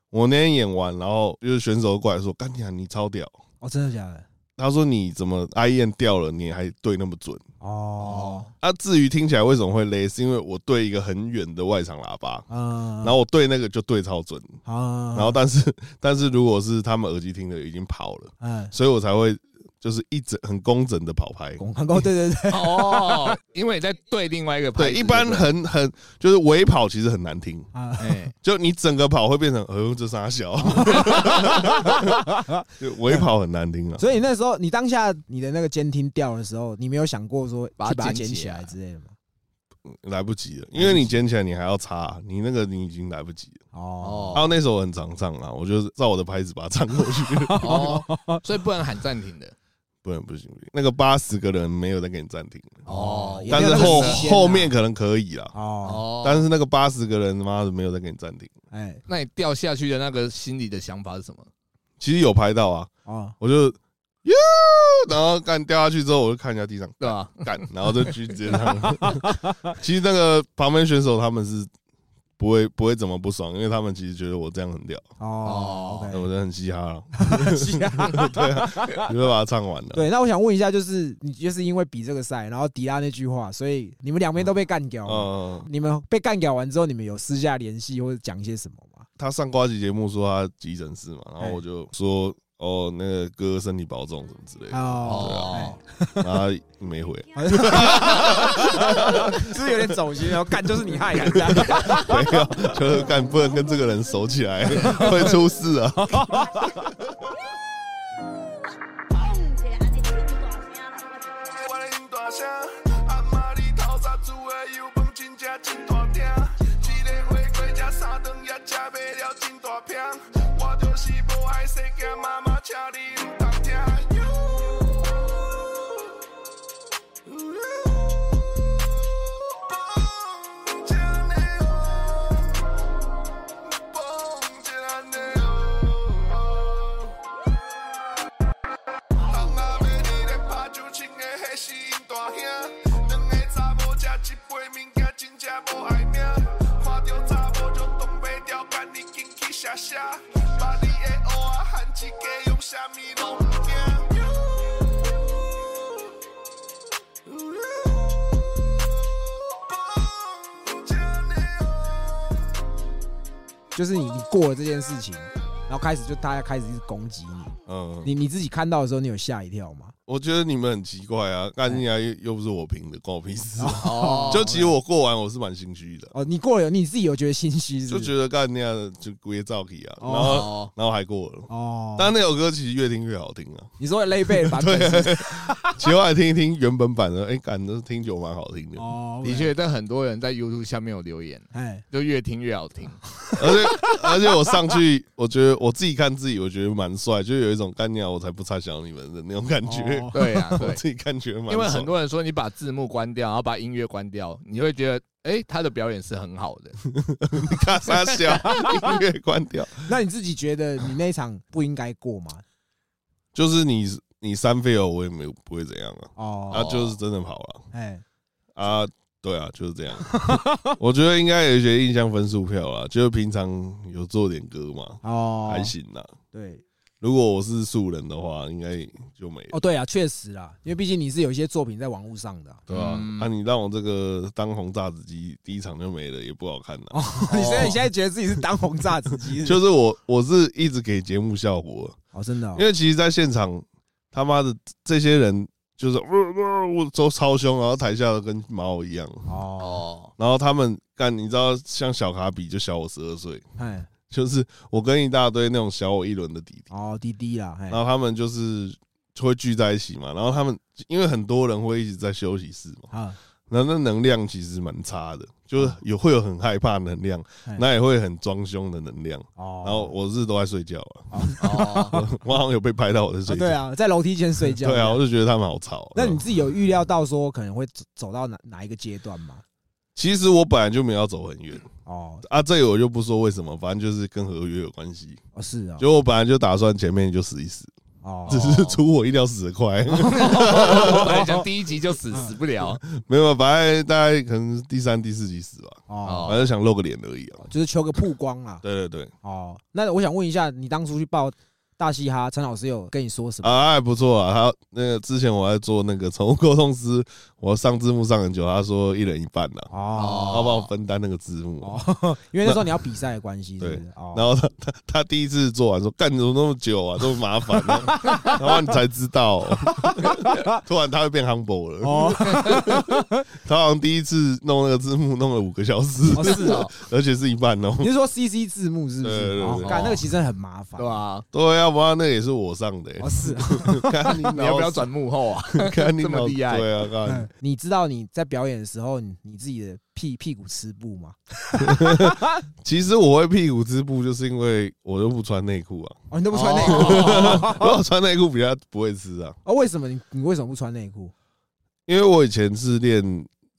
Speaker 2: 我那天演完，然后就是选手过来说：“干你啊，你超屌。
Speaker 1: 哦，真的假的？”
Speaker 2: 他说：“你怎么 I 验掉了，你还对那么准
Speaker 1: 哦，？”
Speaker 2: 啊，至于听起来为什么会累，是因为我对一个很远的外场喇叭，
Speaker 1: 嗯，
Speaker 2: 然后我对那个就对超准，
Speaker 1: 啊，
Speaker 2: 然后但是 但是如果是他们耳机听的已经跑了，
Speaker 1: 嗯，
Speaker 2: 所以我才会就是一整很工整的跑拍。
Speaker 1: 广告对对对，
Speaker 3: 哦，因为你在对另外一个牌
Speaker 2: 对，
Speaker 3: 子
Speaker 2: 一般
Speaker 3: 对不对
Speaker 2: 很很就是尾跑其实很难听，
Speaker 1: 啊，
Speaker 3: 哎，
Speaker 2: 就你整个跑会变成，哎呦这傻小，就尾跑很难听啊。
Speaker 1: 所以那时候你当下你的那个监听掉的时候，你没有想过说
Speaker 3: 把它
Speaker 1: 去把它
Speaker 3: 捡
Speaker 1: 捡
Speaker 3: 起
Speaker 1: 起
Speaker 3: 来
Speaker 1: 来之类的吗？
Speaker 2: 来不及了，因为你捡起来你还要擦，你那个你已经来不及了。
Speaker 1: 哦，
Speaker 2: 还有那首我很常唱啊，我就是照我的拍子把它唱过去，
Speaker 3: 哦，所以不能喊暂停的
Speaker 2: 不能不行不行。那个八十个人没有在给你暂停，
Speaker 3: 哦
Speaker 1: 也没
Speaker 2: 但
Speaker 1: 有
Speaker 2: 是
Speaker 1: 那个
Speaker 2: 后
Speaker 1: 时间啊
Speaker 2: 后面可能可以啦，
Speaker 1: 哦，
Speaker 3: 哦。
Speaker 2: 但是那个八十个人妈的没有在给你暂停，
Speaker 1: 哎，
Speaker 3: 那你掉下去的那个心里的想法是什么？
Speaker 2: 其实有拍到啊，
Speaker 1: 哦，
Speaker 2: 我就哟，然后干掉下去之后我就看一下地上
Speaker 3: 对 吧？
Speaker 2: 干，然后就去直接唱。 其实那个旁边选手他们是不会不会怎么不爽，因为他们其实觉得我这样很屌，
Speaker 1: 哦
Speaker 3: 哦
Speaker 2: 我
Speaker 1: ，OK，
Speaker 2: 真的很嘻哈 了。
Speaker 1: 是 啊
Speaker 2: 你会把它唱完了。
Speaker 1: 对，那我想问一下，就是你就是因为比这个赛，然后迪拉那句话，所以你们两边都被干掉吗。
Speaker 2: 嗯，
Speaker 1: 你们被干掉完之后，你们有私下联系或者讲些什么吗？
Speaker 2: 他上瓜集节目说他急诊室嘛，然后
Speaker 1: 哎
Speaker 2: 我就说哦，那个哥身体保重什么之类的，
Speaker 1: 哦
Speaker 3: 哦，，
Speaker 2: 然后他没回，
Speaker 1: 哎 是不是有点走心？然后干就是你害的这样，
Speaker 2: 没有，就是干不能跟这个人熟 起来，会出事啊。
Speaker 4: 这个安尼唱大声啦，我就。
Speaker 5: 我咧唱大声，阿妈你头三煮的油饭真正真大鼎，一个火锅吃三顿也吃袂了真大拼，我就是无爱世界，妈妈请你唔通听。巷仔尾日咧拍酒穿的，迄是因大兄。两个查某食一杯物件，真正无爱命。看到查某就挡袂牢，赶紧紧去写写。把你的乌啊喊一家，用啥物拢唔惊。
Speaker 1: 就是你你过了这件事情，然后开始就大家开始一直攻击你，
Speaker 2: 嗯，
Speaker 1: 你你自己看到的时候，你有吓一跳吗？
Speaker 2: 我觉得你们很奇怪啊，干你啊又又不是我评的，关我屁事。啊
Speaker 3: 哦
Speaker 2: 就其实我过完我是蛮心虚的，
Speaker 1: 哦，你过了有你自己有觉得心虚是
Speaker 2: 就
Speaker 1: 不是？
Speaker 2: 觉得干你啊就归照体啊，然后
Speaker 3: 哦，
Speaker 2: 然后还过了。
Speaker 1: 哦，
Speaker 2: 但那首歌其实越听越好听啊，
Speaker 1: 你说的 lay back 版本 是不是
Speaker 2: 其实我还听一听原本版的，哎，感觉听久蛮好听的。
Speaker 1: 哦，
Speaker 3: 的，确，但很多人在 YouTube 下面有留言，
Speaker 1: 哎，
Speaker 3: 就越听越好 听。
Speaker 2: 而且而且我上去，我觉得我自己看自己，我觉得蛮帅，就有一种干鸟我才不差小你们的那种感觉。
Speaker 1: 哦
Speaker 3: 对啊，
Speaker 2: 我
Speaker 3: 对，
Speaker 2: 自己看觉得蛮爽，
Speaker 3: 因为很多人说你把字幕关掉，然后把音乐关掉，你会觉得，哎，他的表演是很好 的。
Speaker 2: 你看傻笑，音乐关掉，
Speaker 1: 那你自己觉得你那一场不应该过吗？
Speaker 2: 就是你你三费哦，我也没有不会怎样啊，啊
Speaker 1: 哦，
Speaker 2: 就是真的跑了
Speaker 1: 哎，
Speaker 2: 啊。对啊，就是这样。 我觉得应该有一些印象分数票啦，就是平常有做点歌嘛，
Speaker 1: 哦，
Speaker 2: 还行啦。
Speaker 1: 对，
Speaker 2: 如果我是素人的话，应该就没
Speaker 3: 嗯
Speaker 2: 了，
Speaker 1: 哦，对啊，确实啦，因为毕竟你是有一些作品在网络上的啊，
Speaker 2: 对吧、啊？
Speaker 3: 嗯
Speaker 2: 你让我这个当红炸子鸡第一场就没了，也不好看啊啦。
Speaker 1: 你现在你现在觉得自己是当红炸子鸡，
Speaker 2: 就是是我我是一直给节目效果，
Speaker 1: 哦，真的哦，
Speaker 2: 因为其实在现场他妈的这些人就是呃呃我都超凶，然后台下都跟猫一样，
Speaker 1: 哦，
Speaker 3: 哦，
Speaker 2: 然后他们干你知道像小卡比就小我十二岁，
Speaker 1: 哎，
Speaker 2: 就是我跟一大堆那种小我一轮的弟弟，
Speaker 1: 哦，滴滴啦，哎
Speaker 2: 然，后他们就是。会聚在一起嘛，然后他们因为很多人会一直在休息室嘛，
Speaker 1: 啊，
Speaker 2: 然后那能量其实蛮差的，就是
Speaker 1: 哦
Speaker 2: 有会有很害怕能量
Speaker 1: 嗯，
Speaker 2: 那也会很装凶的能量。
Speaker 1: 哦
Speaker 2: 然后我日都在睡觉啊，
Speaker 3: 哦，
Speaker 2: 我好像有被拍到我在
Speaker 1: 啊
Speaker 2: 睡
Speaker 1: 对
Speaker 2: 觉。
Speaker 1: 啊，在楼梯间睡觉。
Speaker 2: 对啊，我就觉得他们好吵。
Speaker 1: 那你
Speaker 2: 嗯
Speaker 1: 自己有预料到说可能会走走到哪哪一个阶段吗？
Speaker 2: 其实我本来就没有要走很远
Speaker 1: 哦，
Speaker 2: 啊，这个我就不说为什么，反正就是跟合约有关系。
Speaker 1: 哦是哦，
Speaker 2: 就我本来就打算前面就死一死，
Speaker 1: 哦，
Speaker 2: 只是出我意料死得快。
Speaker 3: 我本来想第一集就死死不 了，
Speaker 2: 没有，啊反正大概可能是第三、第四集死吧，
Speaker 1: 哦，
Speaker 2: 反正想露个脸而已啊。
Speaker 1: 就是求个曝光啦。
Speaker 2: 对对对，
Speaker 1: 哦，那我想问一下，你当初去报大嘻哈，陈老师有跟你说什么？
Speaker 2: 啊，还不错啊。他那个之前我在做那个宠物沟通师，我上字幕上很久，他说一人一半呐、啊
Speaker 1: 哦，
Speaker 2: 他帮我分担那个字幕啊、
Speaker 1: 哦，因为那时候你要比赛的关系，是不是？哦，
Speaker 2: 然后他他他第一次做完说干怎么那么久啊，这么麻烦、啊，然后你才知道哦、 突然他会变 humble 了。
Speaker 1: 哦，
Speaker 2: 他好像第一次弄那个字幕弄了五个小时，
Speaker 1: 哦是哦，
Speaker 2: 而且是一半哦、
Speaker 1: 你是说 CC 字幕是不
Speaker 2: 对对
Speaker 1: 是？
Speaker 2: 对
Speaker 1: 哦
Speaker 2: 对，
Speaker 1: 干那个其实很麻烦
Speaker 3: 对。啊吧？
Speaker 2: 对，啊要不然那个也是我上的、欸
Speaker 1: 哦，。 是啊，
Speaker 2: 看你
Speaker 3: 你
Speaker 2: 脑
Speaker 3: 要不要转幕后啊？
Speaker 2: 看你
Speaker 3: 这么
Speaker 2: 脑
Speaker 3: 厉害
Speaker 2: 对啊，看
Speaker 1: 嗯你知道你在表演的时候，你你自己的屁屁股吃布吗？
Speaker 2: 其实我会屁股织布，就是因为我都不穿内裤啊。
Speaker 1: 哦，你都不穿内裤，
Speaker 3: 裤，
Speaker 2: 如果穿内裤比较不会吃啊，
Speaker 1: 哦，为什么你你为什么不穿内裤？
Speaker 2: 因为我以前是练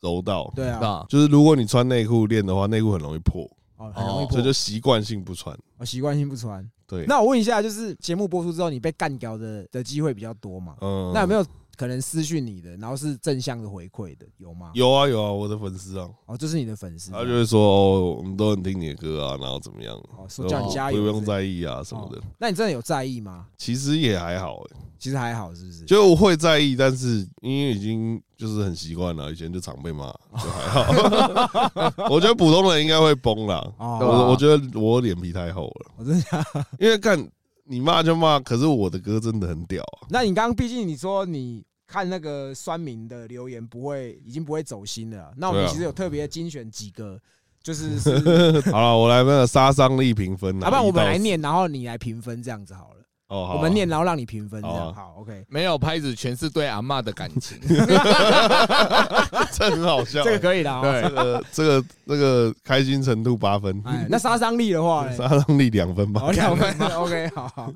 Speaker 2: 柔道，
Speaker 1: 对啊，
Speaker 3: 啊，
Speaker 2: 就是如果你穿内裤练的话，内裤很容易破，
Speaker 1: 哦，很容易
Speaker 3: 哦
Speaker 2: 所
Speaker 1: 破
Speaker 2: 以就，习惯性不穿。
Speaker 1: 哦习惯性不穿。
Speaker 2: 对，
Speaker 1: 那我问一下，就是节目播出之后，你被干掉的的机会比较多嘛？
Speaker 2: 嗯
Speaker 1: 那有没有可能私讯你的，然后是正向的回馈的，有吗？
Speaker 2: 有啊有啊，我的粉丝啊，
Speaker 1: 哦，这是你的粉丝，
Speaker 2: 他就会说哦，我们都很听你的歌啊，然后怎么样，
Speaker 1: 哦说叫你加油，
Speaker 2: 不用。在意啊什么的。
Speaker 1: 那你真的有在意吗？
Speaker 2: 其实也还好、欸，
Speaker 1: 其实还好，是不是？
Speaker 2: 就我会在意，但是因为已经就是很习惯了，以前就常被骂，就还 好。我觉得普通人应该会崩啦。
Speaker 1: 哦
Speaker 3: 对吧
Speaker 2: 我我觉得我脸皮太厚了，
Speaker 1: 我真的想，
Speaker 2: 因为干你骂就骂，可是我的歌真的很屌啊。
Speaker 1: 那你刚刚毕竟你说你看那个酸民的留言不会，已经不会走心了啊。那我们
Speaker 2: 对啊
Speaker 1: 其实有特别精选几个， 就是是
Speaker 2: 好了，我来那个杀伤力评分啦。
Speaker 1: 啊，不然我
Speaker 2: 一到
Speaker 1: 们来
Speaker 2: 四
Speaker 1: 念，然后你来评分这样子好了。
Speaker 2: 哦，好啊
Speaker 1: 我们念，然后让你评分这
Speaker 2: 好
Speaker 1: 样。
Speaker 2: 啊
Speaker 1: 好，OK。
Speaker 3: 没有拍子，全是对阿嬷的感 情。
Speaker 2: 这很好笑。欸
Speaker 1: 这个
Speaker 2: 这
Speaker 1: 可以的啊。
Speaker 3: 对，
Speaker 2: 个这个那个开心程度八分，
Speaker 1: 哎，那杀伤力的 话嘞，
Speaker 2: 杀伤力两分吧
Speaker 1: 好。两 分，OK，好好。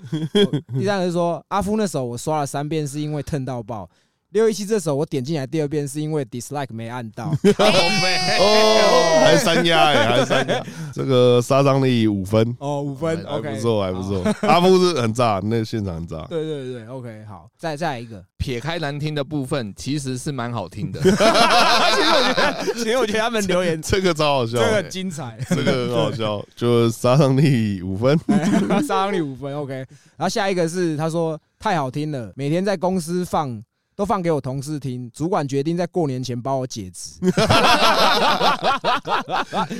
Speaker 1: 我第三个是说，阿夫那首我刷了三遍是因为蹭到爆，六一七这首我点进来第二遍是因为 dislike 没按 到，
Speaker 2: 哦，还三压哎，还三压。这个杀伤力五分，
Speaker 1: 哦，五分
Speaker 2: 还
Speaker 1: ，OK，哦
Speaker 2: 不错，啊还不。错。阿布是很炸，那个现场很炸。
Speaker 1: 对对对，OK，好，再再来一 个。
Speaker 3: 撇开难听的部分，其实是蛮好听的。
Speaker 1: 其实我觉得，其实我觉得他们留言
Speaker 2: 这个超好
Speaker 1: 这
Speaker 2: 笑，欸
Speaker 1: 个精彩，
Speaker 2: 这个很好笑，就是杀伤力五分。
Speaker 1: 杀伤力五分，OK。然后下一个是他说太好听了，每天在公司放。都放给我同事听，主管决定在过年前把我解职。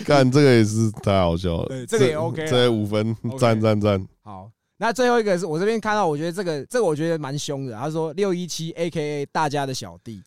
Speaker 2: 干这个也是太好笑了，
Speaker 1: 对这个也 OK 啊
Speaker 2: 这五分
Speaker 1: OK
Speaker 2: 赞赞赞，
Speaker 1: 好，那最后一个是我这边看到，我觉得这个这个我觉得蛮凶的。他说六一七 A K A 大家的小 弟，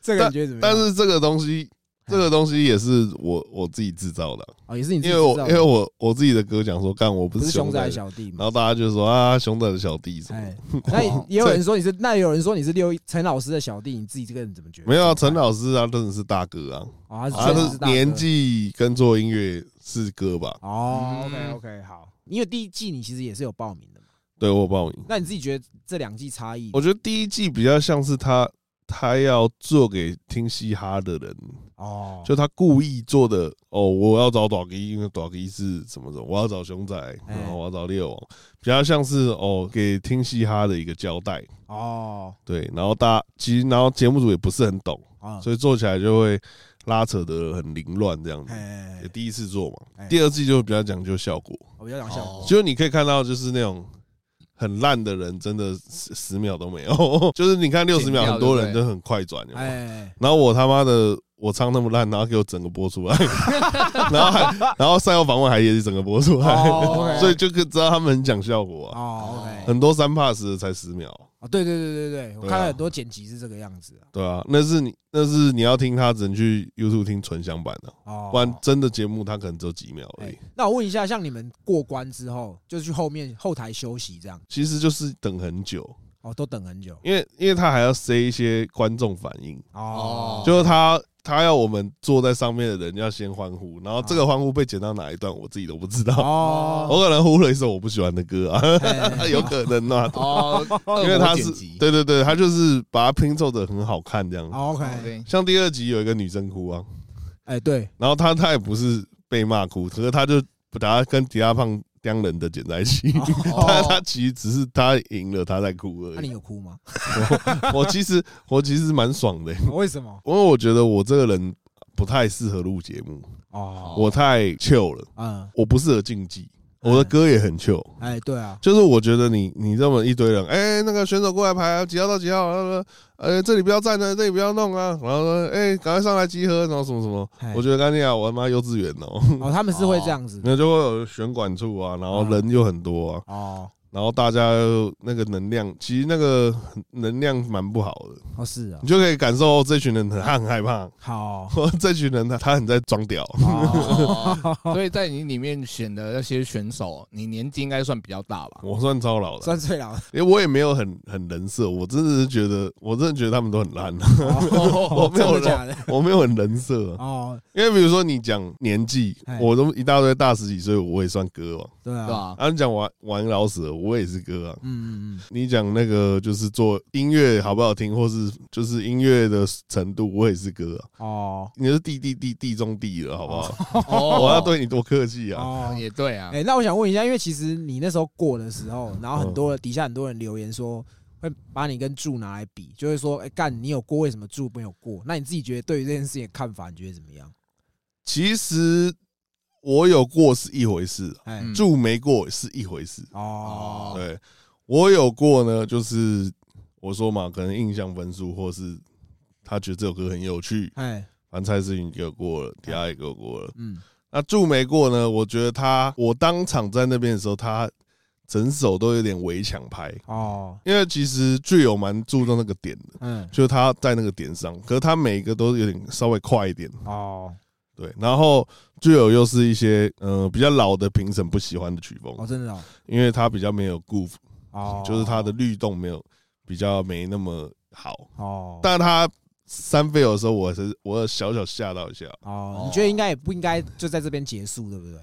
Speaker 1: 这个你觉得怎么样？
Speaker 2: 但是这个东西，这个东西也是我我自己制造的啊，
Speaker 1: 哦，也是你自己
Speaker 2: 因为
Speaker 1: 知
Speaker 2: 我
Speaker 1: 道的
Speaker 2: 因为我我自己的歌讲说干我不
Speaker 1: 不
Speaker 2: 是
Speaker 1: 是
Speaker 2: 熊
Speaker 1: 熊仔
Speaker 2: 仔
Speaker 1: 的
Speaker 2: 的，
Speaker 1: 小弟
Speaker 2: 然
Speaker 1: 嘛。
Speaker 2: 后大家就说啊熊仔的小弟什么的
Speaker 1: 哎，，那也也有人说你是，那也有人说你是六一陈老师的小弟，你自己这个人怎么觉得？
Speaker 2: 没有啊，陈老师他真的是大哥啊，
Speaker 1: 哦，他
Speaker 2: 他
Speaker 1: 是确实是
Speaker 2: 的
Speaker 1: 大哥
Speaker 2: 年纪跟做音乐是哥吧？
Speaker 1: 哦，OK
Speaker 3: 嗯
Speaker 1: OK，好，因为第一季你其实也是有报名的嘛，
Speaker 2: 对我有报名，
Speaker 1: 那你自己觉得这两季差异？
Speaker 2: 我觉得第一季比较像是他他要做给听嘻哈的人
Speaker 1: 哦，
Speaker 2: 就他故意做的哦，我要找短一，因为短一是什么什么，我要找熊仔，
Speaker 1: 哎
Speaker 2: 然后我要找猎王，比较像是哦给听嘻哈的一个交代，
Speaker 1: 哦
Speaker 2: 对，然后大家其实然后节目组也不是很懂，
Speaker 1: 啊，
Speaker 2: 所以做起来就会拉扯得很凌乱这样子。
Speaker 1: 哎
Speaker 2: 也，第一次做嘛
Speaker 1: 哎，
Speaker 2: 第二季就比较讲究效果，
Speaker 1: 我比较讲效果
Speaker 3: 哦
Speaker 2: 就是你可以看到就是那种。很烂的人真的十十秒都没有， 就是你看六十秒，
Speaker 3: 剪掉
Speaker 2: 很多人
Speaker 3: 对不对
Speaker 2: 就很快转，有没有
Speaker 1: 哎，
Speaker 2: 然后我他妈的我唱那么烂，然后给我整个播出来， 然后还然后赛后访问还也是整个播出来，
Speaker 1: 哦，OK
Speaker 2: 所以就可以知道他们很讲效果啊，
Speaker 1: 哦，OK，
Speaker 2: 很多三 pass 的才十秒，
Speaker 1: 哦，对对对对对，我
Speaker 2: 对啊
Speaker 1: 看到很多剪辑是这个样子啊
Speaker 2: 对啊，那是你那是你要听他只能去 YouTube 听纯享版的、
Speaker 1: 哦，
Speaker 2: 不然真的节目他可能只有几秒而已
Speaker 1: 哎。那我问一下，像你们过关之后，就是去后面后台休息这样，
Speaker 2: 其实就是等很久，
Speaker 1: 哦，都等很久
Speaker 2: 因为因为他还要塞一些观众反应，
Speaker 1: 哦
Speaker 3: 哦，
Speaker 2: 就是他他要我们坐在上面的人要先欢呼，然后这个欢呼被剪到哪一段我自己都不知道，
Speaker 1: 哦，
Speaker 2: 我可能呼了一首我不喜欢的歌啊，
Speaker 1: 嘿
Speaker 2: 有可能啊，
Speaker 3: 哦，
Speaker 2: 因为他
Speaker 3: 恶魔
Speaker 2: 是
Speaker 3: 剪辑
Speaker 2: 对对对，他就是把它拼凑的很好看这样子。
Speaker 1: 哦 OK，
Speaker 3: OK，
Speaker 2: 像第二集有一个女生哭啊，
Speaker 1: 哎对，
Speaker 2: 然后她她也不是被骂哭，可是她就把她跟其他胖刁人的剪在一起。
Speaker 1: 哦
Speaker 2: 她她其实只是她赢了，她在哭
Speaker 1: 那
Speaker 2: 而
Speaker 1: 你
Speaker 2: 已。
Speaker 1: 有哭吗？
Speaker 2: 我我其实我其实蛮爽的、
Speaker 1: 为什么？
Speaker 2: 因为我觉得我这个人不太适合录节目，
Speaker 1: 哦，
Speaker 2: 我太 chill 了，
Speaker 1: 嗯，
Speaker 2: 我不适合竞技，我的歌也很 chill。
Speaker 1: 哎对啊，
Speaker 2: 就是我觉得你你这么一堆人，哎、那个选手过来排啊几号到几号，呃呃，这里不要站呢，这里不要弄啊，然后说，哎、赶快上来集合，然后什么什么
Speaker 1: 哎，
Speaker 2: 我觉得干净啊，我他妈幼稚园哦、
Speaker 1: 哦他们是会这样子，
Speaker 2: 那就会有选管处啊，然后人又很多啊，
Speaker 1: 哦
Speaker 2: 然后大家又那个能量，其实那个能量蛮不好的，
Speaker 1: 哦是啊
Speaker 2: 你，就可以感受这群人很他很害怕，
Speaker 1: 好，
Speaker 2: 这群人他他很在装屌，啊
Speaker 3: 哦所以在你里面选的那些选手，你年纪应该算比较大吧？
Speaker 2: 我算超老了，
Speaker 1: 算最 老的，
Speaker 2: 因为我也没有很很人设，我真的是觉得，我真的觉得他们都很烂、啊， 我
Speaker 1: 哦
Speaker 2: 没
Speaker 1: 真
Speaker 2: 有
Speaker 1: 的假的？
Speaker 2: 我没有很人设、啊。
Speaker 1: 哦，
Speaker 2: 因为比如说你讲年纪
Speaker 1: 哎，
Speaker 2: 我都一大堆大十几岁，我也算哥王。
Speaker 1: 对
Speaker 3: 对
Speaker 1: 啊，
Speaker 3: 吧？
Speaker 2: 啊，你讲玩玩老死了，我也是哥啊。
Speaker 1: 嗯嗯嗯，
Speaker 2: 你讲那个就是做音乐好不好听，或是就是音乐的程度，我也是哥啊。
Speaker 1: 哦
Speaker 2: 你是弟弟弟弟中弟了，好不好？
Speaker 3: 哦
Speaker 2: 我要对你多客气啊。
Speaker 1: 哦，
Speaker 3: 也对啊
Speaker 1: 哎、，那我想问一下，因为其实你那时候过的时候，然后很
Speaker 2: 嗯
Speaker 1: 多人、底下很多人留言说，会把你跟柱拿来比，就会说，哎、干你有过，为什么柱没有过？那你自己觉得对于这件事情的看法，你觉得怎么样？
Speaker 2: 其实我有过是一回事啊，
Speaker 1: 哎、
Speaker 3: 嗯
Speaker 2: 住没过是一回事。
Speaker 1: 哦，
Speaker 3: 哦
Speaker 2: 对我有过呢，就是我说嘛，可能印象分数，或是他觉得这首歌很有趣，
Speaker 1: 哎，
Speaker 2: 反正蔡思芸给我过了，迪亚也给我过了。
Speaker 1: 嗯，
Speaker 2: 那祝没过呢？我觉得他，我当场在那边的时候，他整首都有点围抢拍，
Speaker 1: 哦，
Speaker 2: 因为其实具有蛮注重那个点的，
Speaker 1: 嗯，
Speaker 2: 就是他在那个点上，可是他每一个都有点稍微快一点，
Speaker 1: 哦，
Speaker 2: 对。然后具有又是一些呃比较老的评审不喜欢的曲风，
Speaker 1: 哦，真的哦，
Speaker 2: 因为他比较没有 groove，
Speaker 1: 哦，
Speaker 2: 就是他的律动没有比较没那么好，
Speaker 1: 哦，
Speaker 2: 但他。三飞有的时候，我还是我有小小吓到一下，
Speaker 1: 哦，你觉得应该也不应该就在这边结束，对不对？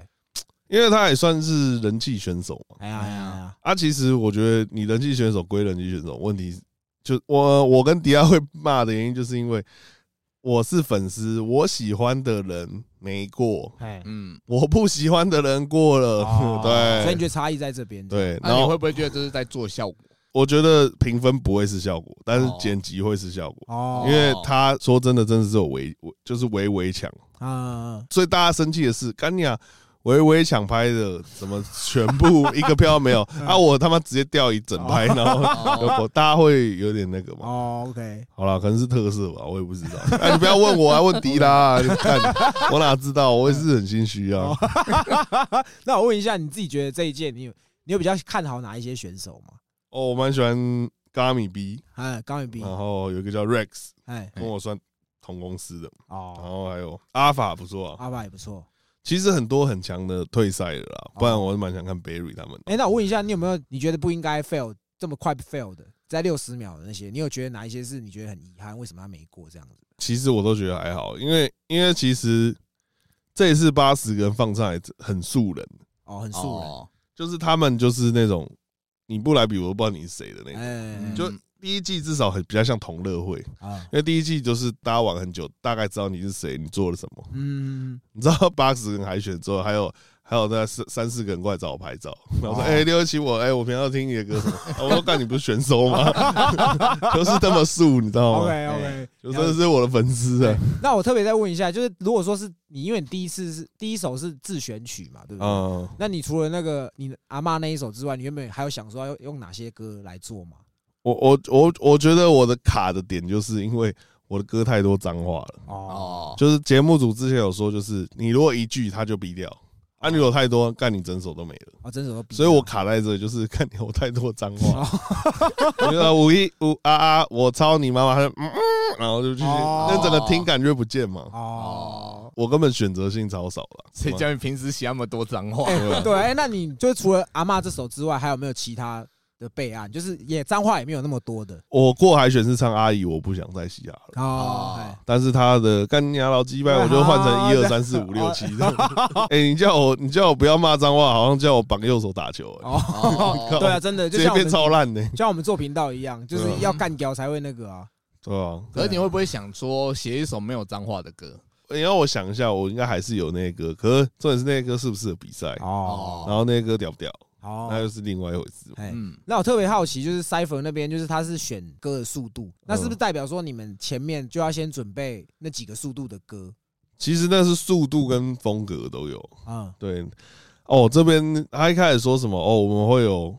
Speaker 2: 因为他也算是人气选手嘛。
Speaker 1: 哎呀哎呀哎呀，
Speaker 2: 啊，其实我觉得你人气选手归人气选手，问题就我我跟迪亚会骂的原因，就是因为我是粉丝，我喜欢的人没过，
Speaker 1: 哎，
Speaker 3: 嗯，
Speaker 2: 我不喜欢的人过了，
Speaker 1: 哦所以你
Speaker 2: 对
Speaker 1: 觉得差异在这边？，
Speaker 2: 对。
Speaker 3: 那
Speaker 2: 然
Speaker 3: 你会
Speaker 2: 后
Speaker 3: 不会觉得这是在做效果？
Speaker 2: 我觉得评分不会是效果，但是
Speaker 3: 哦
Speaker 2: 剪辑会是效果，
Speaker 1: 哦
Speaker 2: 因，为他说真的，真的是有围，就是围围墙。
Speaker 1: 嗯，
Speaker 2: 最大家生气的是，干你啊！微微抢拍的，怎么全部一个 票没有啊？我他妈直接掉一整拍，然后我大家会有点那个嘛。
Speaker 1: 哦，OK，
Speaker 2: 好啦，可能是特色吧，我也不知道。哎，你不要问我，还问迪拉，你看我哪知道？我也是很心虚啊。
Speaker 1: 哦那我问一下，你自己觉得这一届你有你有比较看好哪一些选手吗？
Speaker 2: 哦，我蛮喜欢 Gami B，
Speaker 1: 哎，高远斌，
Speaker 2: 然后有一个叫 Rex，
Speaker 1: 哎，
Speaker 2: 跟我算同公司的，然
Speaker 1: 哦，
Speaker 2: 后还有阿法不错啊。
Speaker 1: 阿爸也不错。
Speaker 2: 其实很多很强的退赛了啦，不然我是蛮想看 Berry 他们的。
Speaker 1: 哎，那我问一下，你有没有你觉得不应该 fail 这么快 fail 的，在六十秒的那些，你有觉得哪一些是你觉得很遗憾，为什么他没过这样子？
Speaker 2: 其实我都觉得还好，因为因为其实这一次八十个人放上来很素人，
Speaker 1: 哦，很素
Speaker 3: 哦，
Speaker 2: 就是他们就是那种你不来比我都不知道你是谁的那
Speaker 1: 人，
Speaker 2: 种。
Speaker 1: 哎，
Speaker 2: 就第一季至少很比较像同乐会，因
Speaker 1: 啊，
Speaker 2: 为第一季就是大家玩很久，大概知道你是谁，你做了什么。
Speaker 1: 嗯，
Speaker 2: 你知道八十人海选之后，还有还有那三三四个人过来找我拍照，然后说：“
Speaker 1: 哦
Speaker 2: 哎、六七我，哎、我平常都听你的歌什么？”哦我说：“干，你不是选手吗？” 就是这么素，你知道吗哎
Speaker 1: OK OK，
Speaker 2: 哦就真的是我的粉丝啊。
Speaker 1: 那我特别再问一下，就是如果说是你，因为你第一次是第一首是自选曲嘛，对不对？
Speaker 2: 嗯，
Speaker 1: 那你除了那个你阿妈那一首之外，你原本还有想说要用哪些歌来做吗？
Speaker 2: 我我我我觉得我的卡的点就是因为我的歌太多脏话了，
Speaker 1: 哦
Speaker 3: 哦，
Speaker 2: 就是节目组之前有说，就是你如果一句他就逼掉，啊，你有太多，干你整首都没了。
Speaker 1: 哦，整首都比较，
Speaker 2: 所以我卡在这，就是看你有太多脏话，
Speaker 1: 哦
Speaker 2: 我觉得五一五啊啊，我操你妈妈，他就嗯嗯，然后就去，
Speaker 1: 哦
Speaker 2: 那整个听感觉不见嘛。
Speaker 1: 哦。
Speaker 2: 我根本选择性超少了，
Speaker 3: 谁
Speaker 1: 哦
Speaker 3: 叫你平时写那么多脏话？
Speaker 1: 哎对，哎，那你就除了阿嬷这首之外，还有没有其他的备案，就是也脏话也没有那么多的
Speaker 2: 我过海选是唱阿姨，我不想再嘻哈了。
Speaker 1: 哦
Speaker 3: 哦。
Speaker 1: 哎
Speaker 2: 但是他的干你娘老鸡掰，我就换
Speaker 1: 哦
Speaker 2: 成一二三四五六七这样。哎，你叫我你叫我不要骂脏话，好像叫我绑右手打球，哎
Speaker 1: 哦，
Speaker 2: 靠
Speaker 1: 对啊，真的就
Speaker 2: 直接
Speaker 1: 像我
Speaker 2: 变
Speaker 1: 们
Speaker 2: 超烂的，
Speaker 1: 就像我们做频道一样，就是
Speaker 2: 对啊
Speaker 1: 要干掉才会那个啊。
Speaker 2: 对吧？
Speaker 3: 可是你会不会想说写一首没有脏话的歌？
Speaker 2: 你要我想一下，我应该还是有那个，可是重点是那个是不是有比赛，
Speaker 1: 哦
Speaker 2: 然后那个屌不屌，那
Speaker 1: 哦，
Speaker 2: 又是另外一回事。
Speaker 1: 哎，
Speaker 3: 嗯，
Speaker 1: 那我特别好奇，就是 Cipher 那边，就是他是选歌的速度，那
Speaker 2: 嗯
Speaker 1: 是不是代表说你们前面就要先准备那几个速度的歌？
Speaker 2: 其实那是速度跟风格都有。
Speaker 1: 嗯，
Speaker 2: 对，哦，这边他一开始说什么？哦，我们会有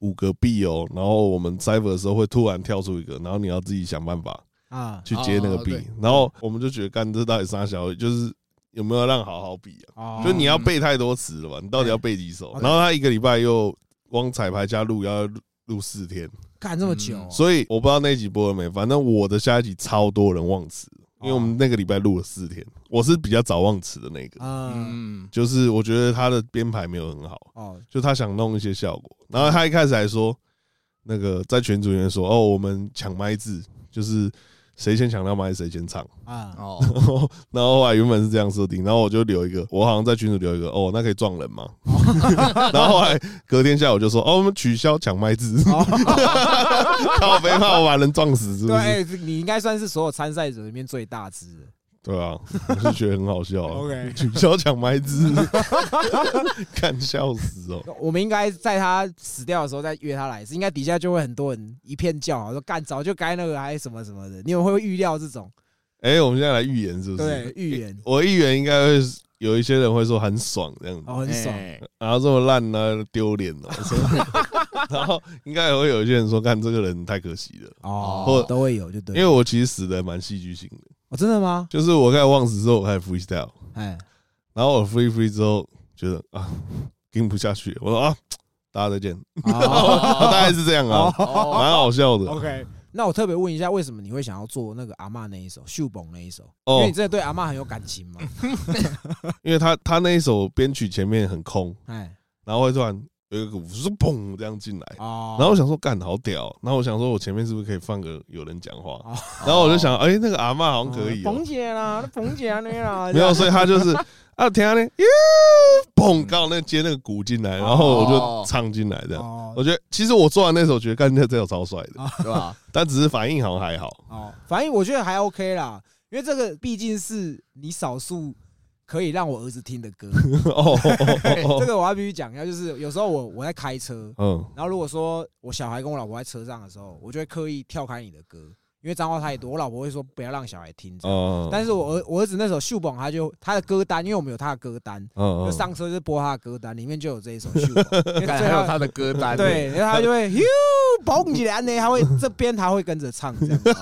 Speaker 2: 五个币哦，然后我们 cipher 的时候会突然跳出一个，然后你要自己想办法
Speaker 1: 啊，
Speaker 2: 去接那个
Speaker 3: 哦
Speaker 2: 币
Speaker 3: 对。
Speaker 2: 然后我们就觉得，干这到底啥小，就是有没有让好好比啊？
Speaker 1: 哦
Speaker 2: 就你要背太多词了吧？你到底要背几首？
Speaker 1: OK
Speaker 2: 然后他一个礼拜又光彩排加录要录录四天，
Speaker 1: 干这么久哦，
Speaker 2: 嗯所以我不知道那一集播了没，反正我的下一集超多人忘词，因为我们那个礼拜录了四天，我是比较早忘词的那个。
Speaker 1: 嗯，
Speaker 3: 嗯，
Speaker 2: 就是我觉得他的编排没有很好，
Speaker 1: 哦，
Speaker 2: 就他想弄一些效果。然后他一开始还说，那个在群组里面说，哦，我们抢麦字，就是谁先抢到麦谁先唱。
Speaker 1: 啊，
Speaker 3: 哦，
Speaker 2: 然后 然后后来原本是这样设定，然后我就留一个，我好像在群组留一个，哦，那可以撞人吗？ 然后后来隔天下午就说，哦，我们取消抢麦字，
Speaker 1: 哦
Speaker 2: 靠北怕我把人撞死，是不
Speaker 1: 对，
Speaker 2: 是？
Speaker 1: 哎你应该算是所有参赛者里面最大只的。
Speaker 2: 对啊，我是觉得很好笑、啊。
Speaker 1: OK，
Speaker 2: 取消抢麦 字，看笑死哦！
Speaker 1: 我们应该在他死掉的时候再约他来，是应该底下就会很多人一片叫啊好，说干早就该那个还什么什么的。你们会不会预料这种？
Speaker 2: 哎、我们现在来预言是不是？
Speaker 1: 对预言
Speaker 2: 我预言应该会是有一些人会说很爽这样子，
Speaker 1: 哦，很爽。
Speaker 3: 哎
Speaker 2: 然后这么烂呢、丢脸哦。 然后应该也会有一些人说，看这个人太可惜了。
Speaker 1: 哦
Speaker 2: 或，
Speaker 1: 都会有，就
Speaker 2: 因
Speaker 1: 对。
Speaker 2: 为我其实死的蛮戏剧性的，
Speaker 1: 哦，真的吗？
Speaker 2: 就是我开始忘词之后，我开始 freestyle，
Speaker 1: 哎，
Speaker 2: 然后我 free free 之后觉得啊，跟不下去，我说啊，大家 再见，大概是这样啊，
Speaker 3: 哦，
Speaker 2: 蛮好笑的。
Speaker 1: OK。那我特别问一下，为什么你会想要做那个阿嬷那一首《秀蹦》那一首？因
Speaker 2: 哦
Speaker 1: 为你，真的对阿嬷很有感情 嘛。
Speaker 2: 因为他他那一首编曲前面很空，
Speaker 1: 哎，
Speaker 2: 然后会突然有一个鼓，就是砰这样进来，
Speaker 1: 哦，
Speaker 2: 然后我想说干好屌，然后我想说我前面是不是可以放个有人讲话
Speaker 1: 哦，
Speaker 2: 然后我就想哎、那个阿嬷好像可以、
Speaker 1: 冯
Speaker 2: 哦，
Speaker 1: 姐啦，那冯姐啊那啦，
Speaker 2: 没有，所以他就是啊天啊呢，哟砰，刚好那接那个鼓进来，然后我就唱进来这样。
Speaker 1: 哦
Speaker 2: 我觉得其实我做完那首，觉得干这这首超帅的，
Speaker 3: 对吧？
Speaker 2: 但只是反应好像还好。
Speaker 1: 哦，反正我觉得还 OK 啦，因为这个毕竟是你少数可以让我儿子听的歌。
Speaker 2: 哦，
Speaker 1: 这个我要必须讲一下，就是有时候我我在开车，
Speaker 2: 嗯，
Speaker 1: 然后如果说我小孩跟我老婆在车上的时候，我就会刻意跳开你的歌，因为脏话太多，我老婆会说不要让小孩听。这样
Speaker 2: 嗯哦，
Speaker 1: 但是我儿我儿子那首《秀蹦》，他就他的歌单，因为我们有他的歌单，
Speaker 2: 嗯
Speaker 1: 就上车就播他的歌单，里面就有这一首《秀蹦》因为
Speaker 3: 干
Speaker 1: 最
Speaker 3: 还有
Speaker 1: 后。
Speaker 3: 他的歌单，
Speaker 1: 啊对，然后他就会哟蹦起来呢，他会这边他会跟着唱这样子，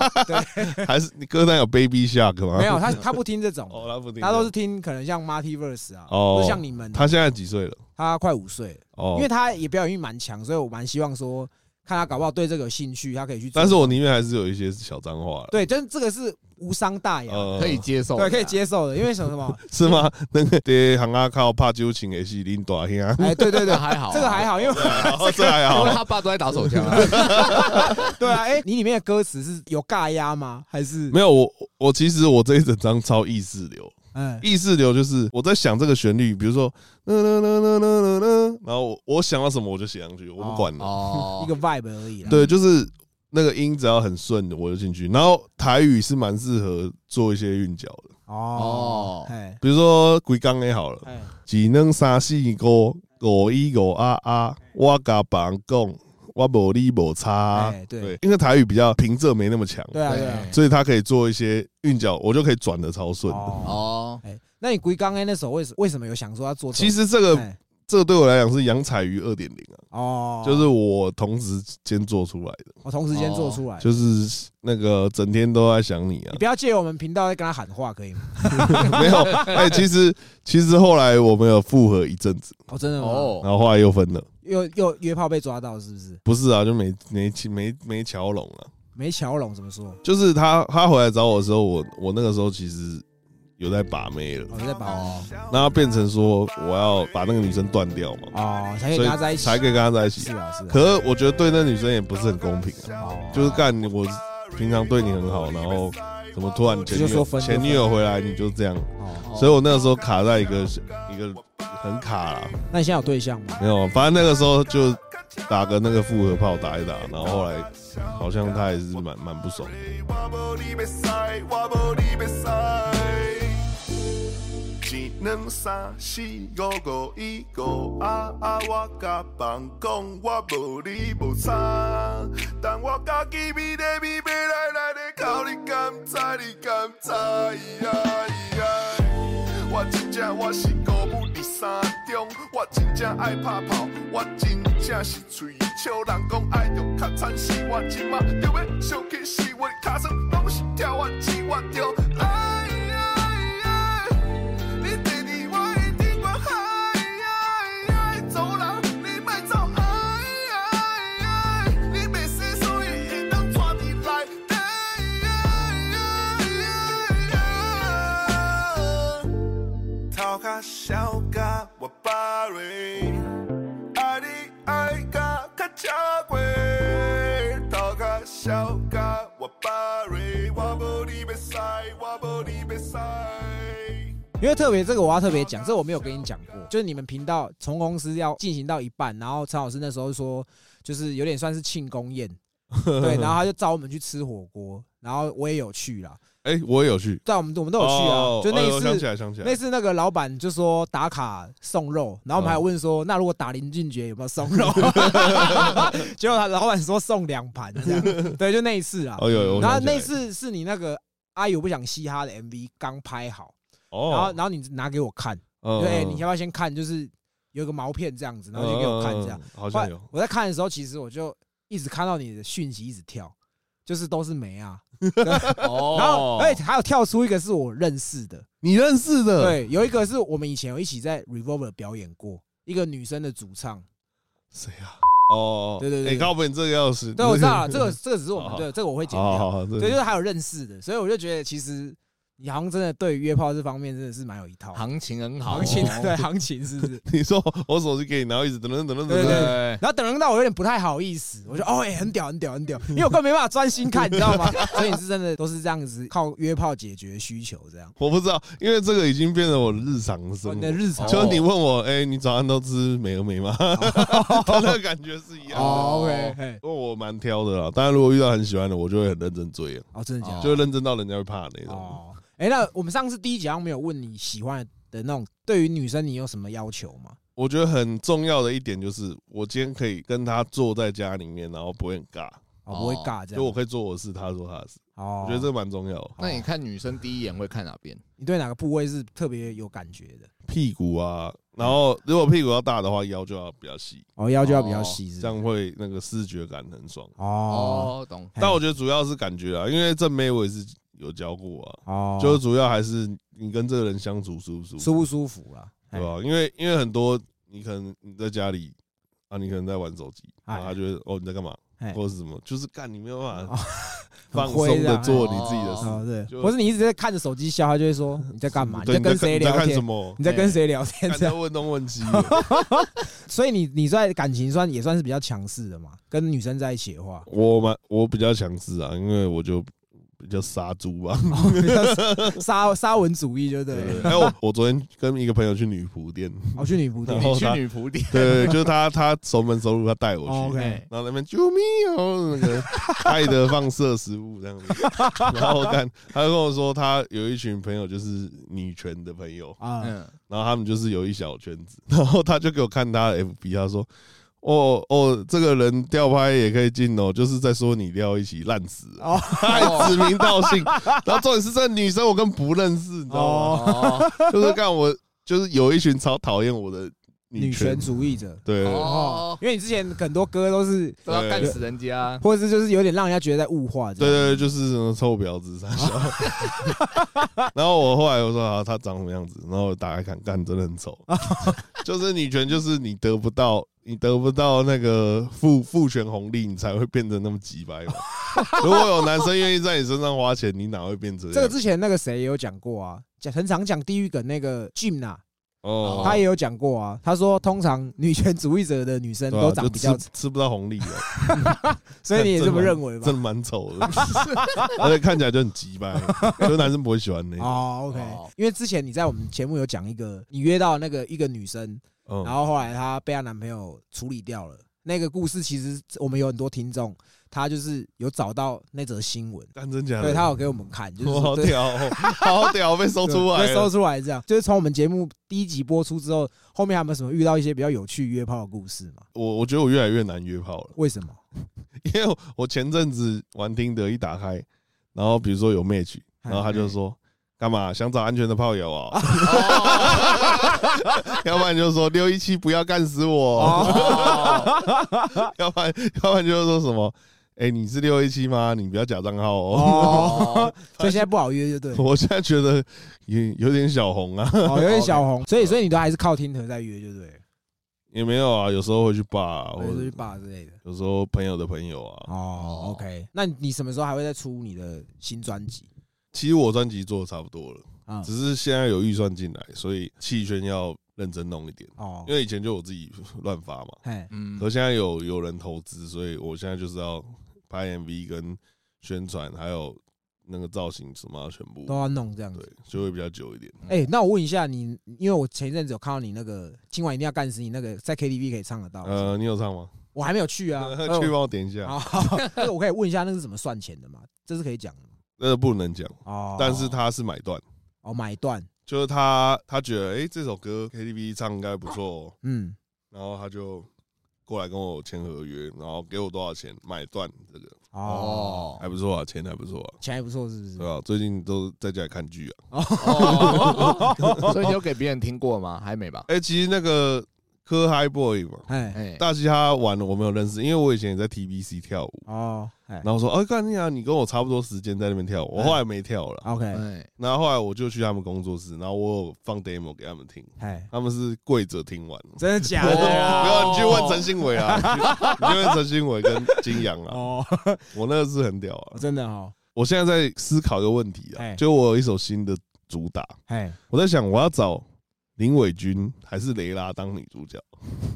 Speaker 2: 还是你歌单有 Baby Shark 吗？
Speaker 1: 没有他他不听这种，
Speaker 2: 哦，他不听，
Speaker 1: 他都是听可能像 Marty Verse 啊，
Speaker 2: 哦
Speaker 1: 或者像你们，
Speaker 2: 他现在几岁了？
Speaker 1: 他快五岁了，
Speaker 2: 哦，
Speaker 1: 因为他也表演欲蛮强，所以我蛮希望说，看他搞不好对这个有兴趣，他可以去做。
Speaker 2: 但是我宁愿还是有一些小脏话了。
Speaker 1: 对，但是这个是无伤大雅，
Speaker 2: 呃
Speaker 3: 可以接受，
Speaker 1: 对，可以，接受的，因为什么什么？
Speaker 2: 是吗？那个对行啊靠怕纠情的是林大兄，
Speaker 1: 哎，对对
Speaker 3: 这
Speaker 1: 对
Speaker 3: 个，还好，
Speaker 1: 这个还
Speaker 3: 好，
Speaker 1: 好，因为
Speaker 2: 哦这还
Speaker 3: 因为
Speaker 2: 好。
Speaker 3: 他爸都在打手枪啊，
Speaker 1: 对啊，哎，你里面的歌词是有尬压吗？还是
Speaker 2: 没有我，我其实我这一整张超意识流，
Speaker 1: 嗯
Speaker 2: 意识流就是我在想这个旋律，比如说，啦啦啦啦啦啦啦然后我我想到什么我就写上去，我不管了。
Speaker 3: 哦，
Speaker 1: 一个 vibe 而已啦？
Speaker 2: 对，就是那个音只要很顺，我就进去。然后台语是蛮适合做一些韵脚的，
Speaker 1: 哦
Speaker 3: 哦，
Speaker 1: 哎
Speaker 2: 比如说《鬼刚 A》好了，
Speaker 1: 哎，
Speaker 2: 只能三四五五一五啊啊，我甲别人讲，我无你无差。
Speaker 1: 哎对
Speaker 2: 啊对，因为台语比较平仄没那么强，
Speaker 1: 对啊对啊，
Speaker 3: 对
Speaker 2: 所以它可以做一些韵脚，我就可以转的超顺的。
Speaker 1: 哦，
Speaker 3: 哦，
Speaker 1: 哎，那你归刚哎那首为什为什么有想说要做这种？
Speaker 2: 其实这个
Speaker 1: 哎
Speaker 2: 这个对我来讲是杨彩鱼二点零啊，
Speaker 1: 哦，
Speaker 2: 就是我同时间做出来的，
Speaker 1: 我同时间做出来，
Speaker 2: 哦就是那个整天都在想你啊
Speaker 1: 你，不要借我们频道在跟他喊话可以吗？
Speaker 2: 没有。哎，其实其实后来我们有复合一阵子，
Speaker 1: 哦，真的吗？
Speaker 2: 然
Speaker 3: 哦，
Speaker 2: 后后来又分了。
Speaker 1: 又又约炮被抓到是不是？
Speaker 2: 不是啊，就没没没没乔拢了。
Speaker 1: 没乔拢怎么说？
Speaker 2: 就是他他回来找我的时候，我我那个时候其实有在把妹了，
Speaker 1: 我在把哦
Speaker 2: 那他变成说我要把那个女生断掉嘛，
Speaker 1: 哦，才可以
Speaker 2: 所
Speaker 1: 跟他在一
Speaker 2: 以
Speaker 1: 起，
Speaker 2: 才可以跟她在一起
Speaker 1: 是。啊是啊，
Speaker 2: 可是我觉得对那女生也不是很公平啊，
Speaker 1: 哦
Speaker 2: 就是干我平常对你很好，然后怎么突然前
Speaker 1: 就
Speaker 2: 女
Speaker 1: 说
Speaker 2: 友
Speaker 1: 分就分
Speaker 2: 前女友回来你就这样，
Speaker 1: 哦，
Speaker 2: 所以我那个时候卡在一个一个很卡啦，
Speaker 1: 那你现在有对象吗？
Speaker 2: 没有，反正那个时候就打个那个复合炮打一打，然后后来好像她也是蛮蛮不爽的。
Speaker 5: 我无你袂使，我无你袂使。一两三四五五一五啊啊！我甲放讲，我无你无差。但我家己美丽美美来来的靠你甘知你甘知呀呀！我真正我是孤母伫山中，我真正爱拍炮，我真正是嘴笑人讲爱着较惨死，我即马就要想起死，我的脚酸拢是跳我只我着爱爱爱，你第二我一定我爱爱爱，走人你莫走爱爱爱，你袂死所以会当带你来。头壳小甲我巴瑞，爱你爱甲较吃过，头壳小甲我巴瑞，我无你袂使，我无你袂使。
Speaker 1: 因为特别这个我要特别讲，这我没有跟你讲过，就是你们频道从公司要进行到一半，然后陈老师那时候说，就是有点算是庆功 宴，对，然后他就招我们去吃火锅，然后我也有去啦，
Speaker 2: 哎，我也有去，
Speaker 1: 对啊，我们我们都有去啊，
Speaker 2: 哦
Speaker 1: 就那
Speaker 2: 哦
Speaker 1: 一
Speaker 2: 我想起
Speaker 1: 次。
Speaker 2: 来想起
Speaker 1: 那
Speaker 2: 来，
Speaker 1: 次那个老板就说打卡送肉，然后我们还问
Speaker 2: 哦
Speaker 1: 说，那如果打林俊杰有没有送肉？ 结果他老板说送两盘这样，对，就那一次啊。
Speaker 2: 哦有有，我
Speaker 1: 然后
Speaker 2: 想起来
Speaker 1: 那次是你那个阿姨我不想嘻哈的 MV 刚拍好，然后
Speaker 2: 哦，嗯
Speaker 1: 然后你拿给我看，
Speaker 2: 后
Speaker 1: 对，你要不要先看？就是有一个毛片这样子，然后就给我看这样。，
Speaker 2: 嗯好
Speaker 1: 后
Speaker 2: 像
Speaker 1: 来
Speaker 2: 有，
Speaker 1: 我在看的时候，其实我就一直看到你的讯息一直跳，就是都是梅啊，然
Speaker 3: 哦，
Speaker 1: 后而且还有跳出一个是我认识的，
Speaker 2: 你认识的，，
Speaker 1: 对，有一个是我们以前有一起在 Revolver 表演过。一个女生的主唱，
Speaker 2: 谁啊？哦，
Speaker 1: 对对对
Speaker 2: 哎，告诉你这个要死，
Speaker 1: 对我知道了，这个这个只是我
Speaker 2: 好
Speaker 1: 们
Speaker 2: 好
Speaker 1: 对这个我会剪
Speaker 2: 好好
Speaker 1: 掉，
Speaker 2: 好，这
Speaker 1: 对，就是还有认识的，所以我就觉得其实你好像真的对于约炮这方面真的是蛮有一套，
Speaker 3: 行情很好哦，
Speaker 1: 行情对行情是不是？
Speaker 2: 你说我手机给你，然后一直等等等等等
Speaker 1: 对
Speaker 2: 等，
Speaker 3: 对，
Speaker 1: 然后等人到我有点不太好意思，我就
Speaker 2: 嗯
Speaker 1: 哦哎、欸很屌很屌很屌，因为我根本没办法专心看，你知道 吗？所以你是真的都是这样子靠约炮解决需求这样，
Speaker 2: 我不知道，因为这个已经变成我的日常
Speaker 1: 哦
Speaker 2: 生
Speaker 1: 你
Speaker 2: 活
Speaker 1: 的。日常
Speaker 2: 就是你问我，哎，你早上都吃美而美 吗？ 他那个感觉是一样的。
Speaker 1: 哦 OK，嘿
Speaker 2: 因为我蛮挑的啦，当然如果遇到很喜欢的，我就会很认真追啊，
Speaker 1: 哦真的假
Speaker 2: 就会认真到人家会怕那
Speaker 1: 的？
Speaker 2: 种。
Speaker 1: 哦，哎、那我们上次第一集好像没有问你喜欢的那种，对于女生你有什么要求吗？
Speaker 2: 我觉得很重要的一点就是，我今天可以跟他坐在家里面，然后不会很尬，
Speaker 1: 哦，不会尬这
Speaker 2: 就我
Speaker 1: 样，
Speaker 2: 可以做我的事，他做他的事。
Speaker 1: 哦
Speaker 2: 我，觉得这蛮重要的。
Speaker 3: 那你看女生第一眼会看哪边？
Speaker 1: 你对哪个部位是特别有感觉的？
Speaker 2: 屁股啊，然后如果屁股要大的话，腰就要比较细，
Speaker 1: 哦，腰就要比较细致
Speaker 2: 这，样会那个视觉感很爽。
Speaker 1: 哦
Speaker 3: 哦，懂。
Speaker 1: 嘿
Speaker 2: 但我觉得主要是感觉啊，因为正妹我也是有教过啊，
Speaker 1: 哦，
Speaker 2: 就是主要还是你跟这个人相处舒不舒服，
Speaker 1: 舒不舒服啦？
Speaker 2: 对吧？因为因为很多你可能你在家里啊，你可能在玩手机，
Speaker 1: 哎
Speaker 2: 然后他就会哦你在干嘛
Speaker 1: 哎，
Speaker 2: 或者是什么，就是干你没有办
Speaker 1: 哦
Speaker 2: 法 放
Speaker 1: 很灰
Speaker 2: 松
Speaker 1: 这
Speaker 2: 的
Speaker 1: 样
Speaker 2: 做你自己的
Speaker 3: 哦
Speaker 2: 事。
Speaker 1: 哦，对，
Speaker 2: 就
Speaker 1: 或是你一直在看着手机笑，他就会 说你在干嘛？
Speaker 2: 对，
Speaker 1: 在
Speaker 2: 你
Speaker 1: 跟
Speaker 2: 在看
Speaker 1: 谁
Speaker 2: 你在
Speaker 1: 聊
Speaker 2: 看
Speaker 1: 天
Speaker 2: 什？么？
Speaker 1: 你在跟谁聊天？
Speaker 2: 看
Speaker 1: 这
Speaker 2: 在
Speaker 1: 样，
Speaker 2: 问东问西的。，
Speaker 1: 所以你你在感情算也算是比较强势的嘛，跟女生在一起的话
Speaker 2: 我蛮我比较强势啊，因为我就比较杀猪吧。
Speaker 1: 哦比较沙沙文主义就对了。
Speaker 2: 还有我我昨天跟一个朋友去女仆店，
Speaker 1: 我去女仆
Speaker 2: 然
Speaker 1: 店，
Speaker 2: 后
Speaker 3: 你去
Speaker 2: 他
Speaker 3: 女仆店，
Speaker 2: 对，就是他他熟门熟路，他带我
Speaker 1: 哦
Speaker 2: 去，
Speaker 1: ，OK
Speaker 3: 哎
Speaker 2: 然后在那边救命哦，那个爱的放射食 物这样子。然后看他就跟我说，他有一群朋友就是女权的朋友，
Speaker 1: 啊，
Speaker 3: 嗯，
Speaker 2: 然后他们就是有一小圈子，然后他就给我看他的 FB，他说。哦哦，这个人吊拍也可以进哦，就是在说你撩一起烂死了，
Speaker 1: 哦
Speaker 2: 太指名道姓。然后重点是这个女生我根本不认识，你知道吗？
Speaker 1: 哦，
Speaker 3: 哦，
Speaker 2: 就是干我就是有一群超讨厌我的
Speaker 1: 女权主义者
Speaker 2: 对，
Speaker 3: 哦
Speaker 1: 哦，因为你之前很多歌都是，
Speaker 3: 都要
Speaker 2: 对
Speaker 3: 干死人家。
Speaker 1: 或者是就是有点让人家觉得在物化，
Speaker 2: 对对，对，就是什么臭婊子傻笑。 然后我后来我说啊，他长什么样子？然后我打开看，干真的很丑。 就是女权，就是你得不到，你得不到那个父父权红利，你才会变得那么鸡掰嘛。 如果有男生愿意在你身上花钱，你哪会变这
Speaker 1: 这个
Speaker 2: 样？
Speaker 1: 之前那个谁也有讲过啊，讲很常讲地狱梗那个 Jim 呐、
Speaker 2: 哦
Speaker 1: 他也有讲过啊，他说通常女权主义者的女生
Speaker 2: 对啊
Speaker 1: 都长
Speaker 2: 就
Speaker 1: 比较
Speaker 2: 吃，吃不到红 利了，
Speaker 1: 所以你也这么
Speaker 2: 真的蛮
Speaker 1: 认为吧
Speaker 2: 真？的蛮丑 的， 而且看起来就很鸡掰，所以男生不会喜欢你。
Speaker 1: 哦，OK，
Speaker 3: 哦
Speaker 1: 因为之前你在我们节目有讲一个，你约到那个一个女生，
Speaker 2: 嗯
Speaker 1: 然后后来她被她男朋友处理掉了。那个故事其实我们有很多听众，他就是有找到那则新闻，
Speaker 2: 干真假的？
Speaker 1: 对他有给我们看，就是
Speaker 2: 我好
Speaker 1: 说对
Speaker 2: 屌哦， 好屌，被搜出来
Speaker 1: 对被搜
Speaker 2: 了。
Speaker 1: 出来这样，就是从我们节目第一集播出之后，后面还有没有什么遇到一些比较有趣约炮的故事嘛？
Speaker 2: 我我觉得我越来越难约炮了，
Speaker 1: 为什么？
Speaker 2: 因为我我前阵子玩听得一打开，然后比如说有 match，然后他就说干嘛想找安全的炮友啊、 要不然就说六一七不要干死我，
Speaker 3: 哦，
Speaker 2: 要不然要不然就说什么哎、你是六一七吗？你不要假账号哦。
Speaker 1: 哦，所以现在不好约就对了，
Speaker 2: 我现在觉得有有点小红啊，
Speaker 1: 哦，有点小红，所以所以你都还是靠听 r 在约就对了，
Speaker 2: 也没有啊，有时候会去吧、啊，
Speaker 1: 或
Speaker 2: 或
Speaker 1: 者
Speaker 2: 者
Speaker 1: 是去吧之类的。
Speaker 2: 有时候朋友的朋友啊。
Speaker 1: 哦，OK，那你什么时候还会再出你的新专辑
Speaker 2: 其实我专辑做的差不多了。
Speaker 1: 啊？
Speaker 2: 只是现在有预算进来，所以气圈要认真弄一点。
Speaker 1: 哦
Speaker 2: 因，为以前就我自己乱发嘛，
Speaker 1: 嘿，
Speaker 3: 嗯
Speaker 2: 可现在有有人投资，所以我现在就是要拍 MV 跟宣传，还有那个造型什么要全部
Speaker 1: 都要弄这样子。
Speaker 2: 对，就会比较久一点。
Speaker 1: 哎、那我问一下你，因为我前一阵子有看到你那个今晚一定要干死你那个在 KTV 可以唱得到，
Speaker 2: 呃，你有唱吗？，
Speaker 1: 我还没有去啊呃
Speaker 2: 去帮我点一下。
Speaker 1: 好， 那个我可以问一下，那是怎么算钱的吗？这是可以讲的吗
Speaker 2: 那个不能讲，
Speaker 1: 哦。
Speaker 2: 但是他是买断，
Speaker 1: 哦，买断，
Speaker 2: 就是他他觉得哎、诶这首歌 KTV 唱应该不错、哦，
Speaker 1: 嗯，
Speaker 2: 然后他就过来跟我签合约，然后给我多少钱买断，这个
Speaker 1: 哦，
Speaker 2: 还不错啊，钱还不错啊。
Speaker 1: 钱还不错，是不是
Speaker 2: 对？啊，最近都在家里看剧啊。
Speaker 3: 哦，所以你有给别人听过吗？还没吧？
Speaker 2: 哎、其实那个科嗨 boy 嘛，
Speaker 1: 哎，
Speaker 3: 哎，
Speaker 2: 大嘻哈玩的我没有认识，因为我以前也在 TBC 跳舞，
Speaker 1: 哦，哎
Speaker 2: 然后说，哎、干你啊，你跟我差不多时间在那边跳舞，我后来没跳了。
Speaker 1: ，OK，
Speaker 3: 哎，
Speaker 2: 然后后来我就去他们工作室，然后我有放 demo 给他们听，
Speaker 1: 哎，
Speaker 2: 他们是跪着听完。
Speaker 1: 真的假
Speaker 2: 不
Speaker 1: 的？啊
Speaker 2: 要，你去问陈信伟啊，你去你去问陈信伟跟金阳啊，
Speaker 1: 哦，
Speaker 2: 我那个是很屌啊。
Speaker 1: 真的哦，
Speaker 2: 我现在在思考一个问题啊，
Speaker 1: 哎
Speaker 2: 就我有一首新的主打，
Speaker 1: 哎，
Speaker 2: 我在想，我要找林伟君还是雷拉当女主角？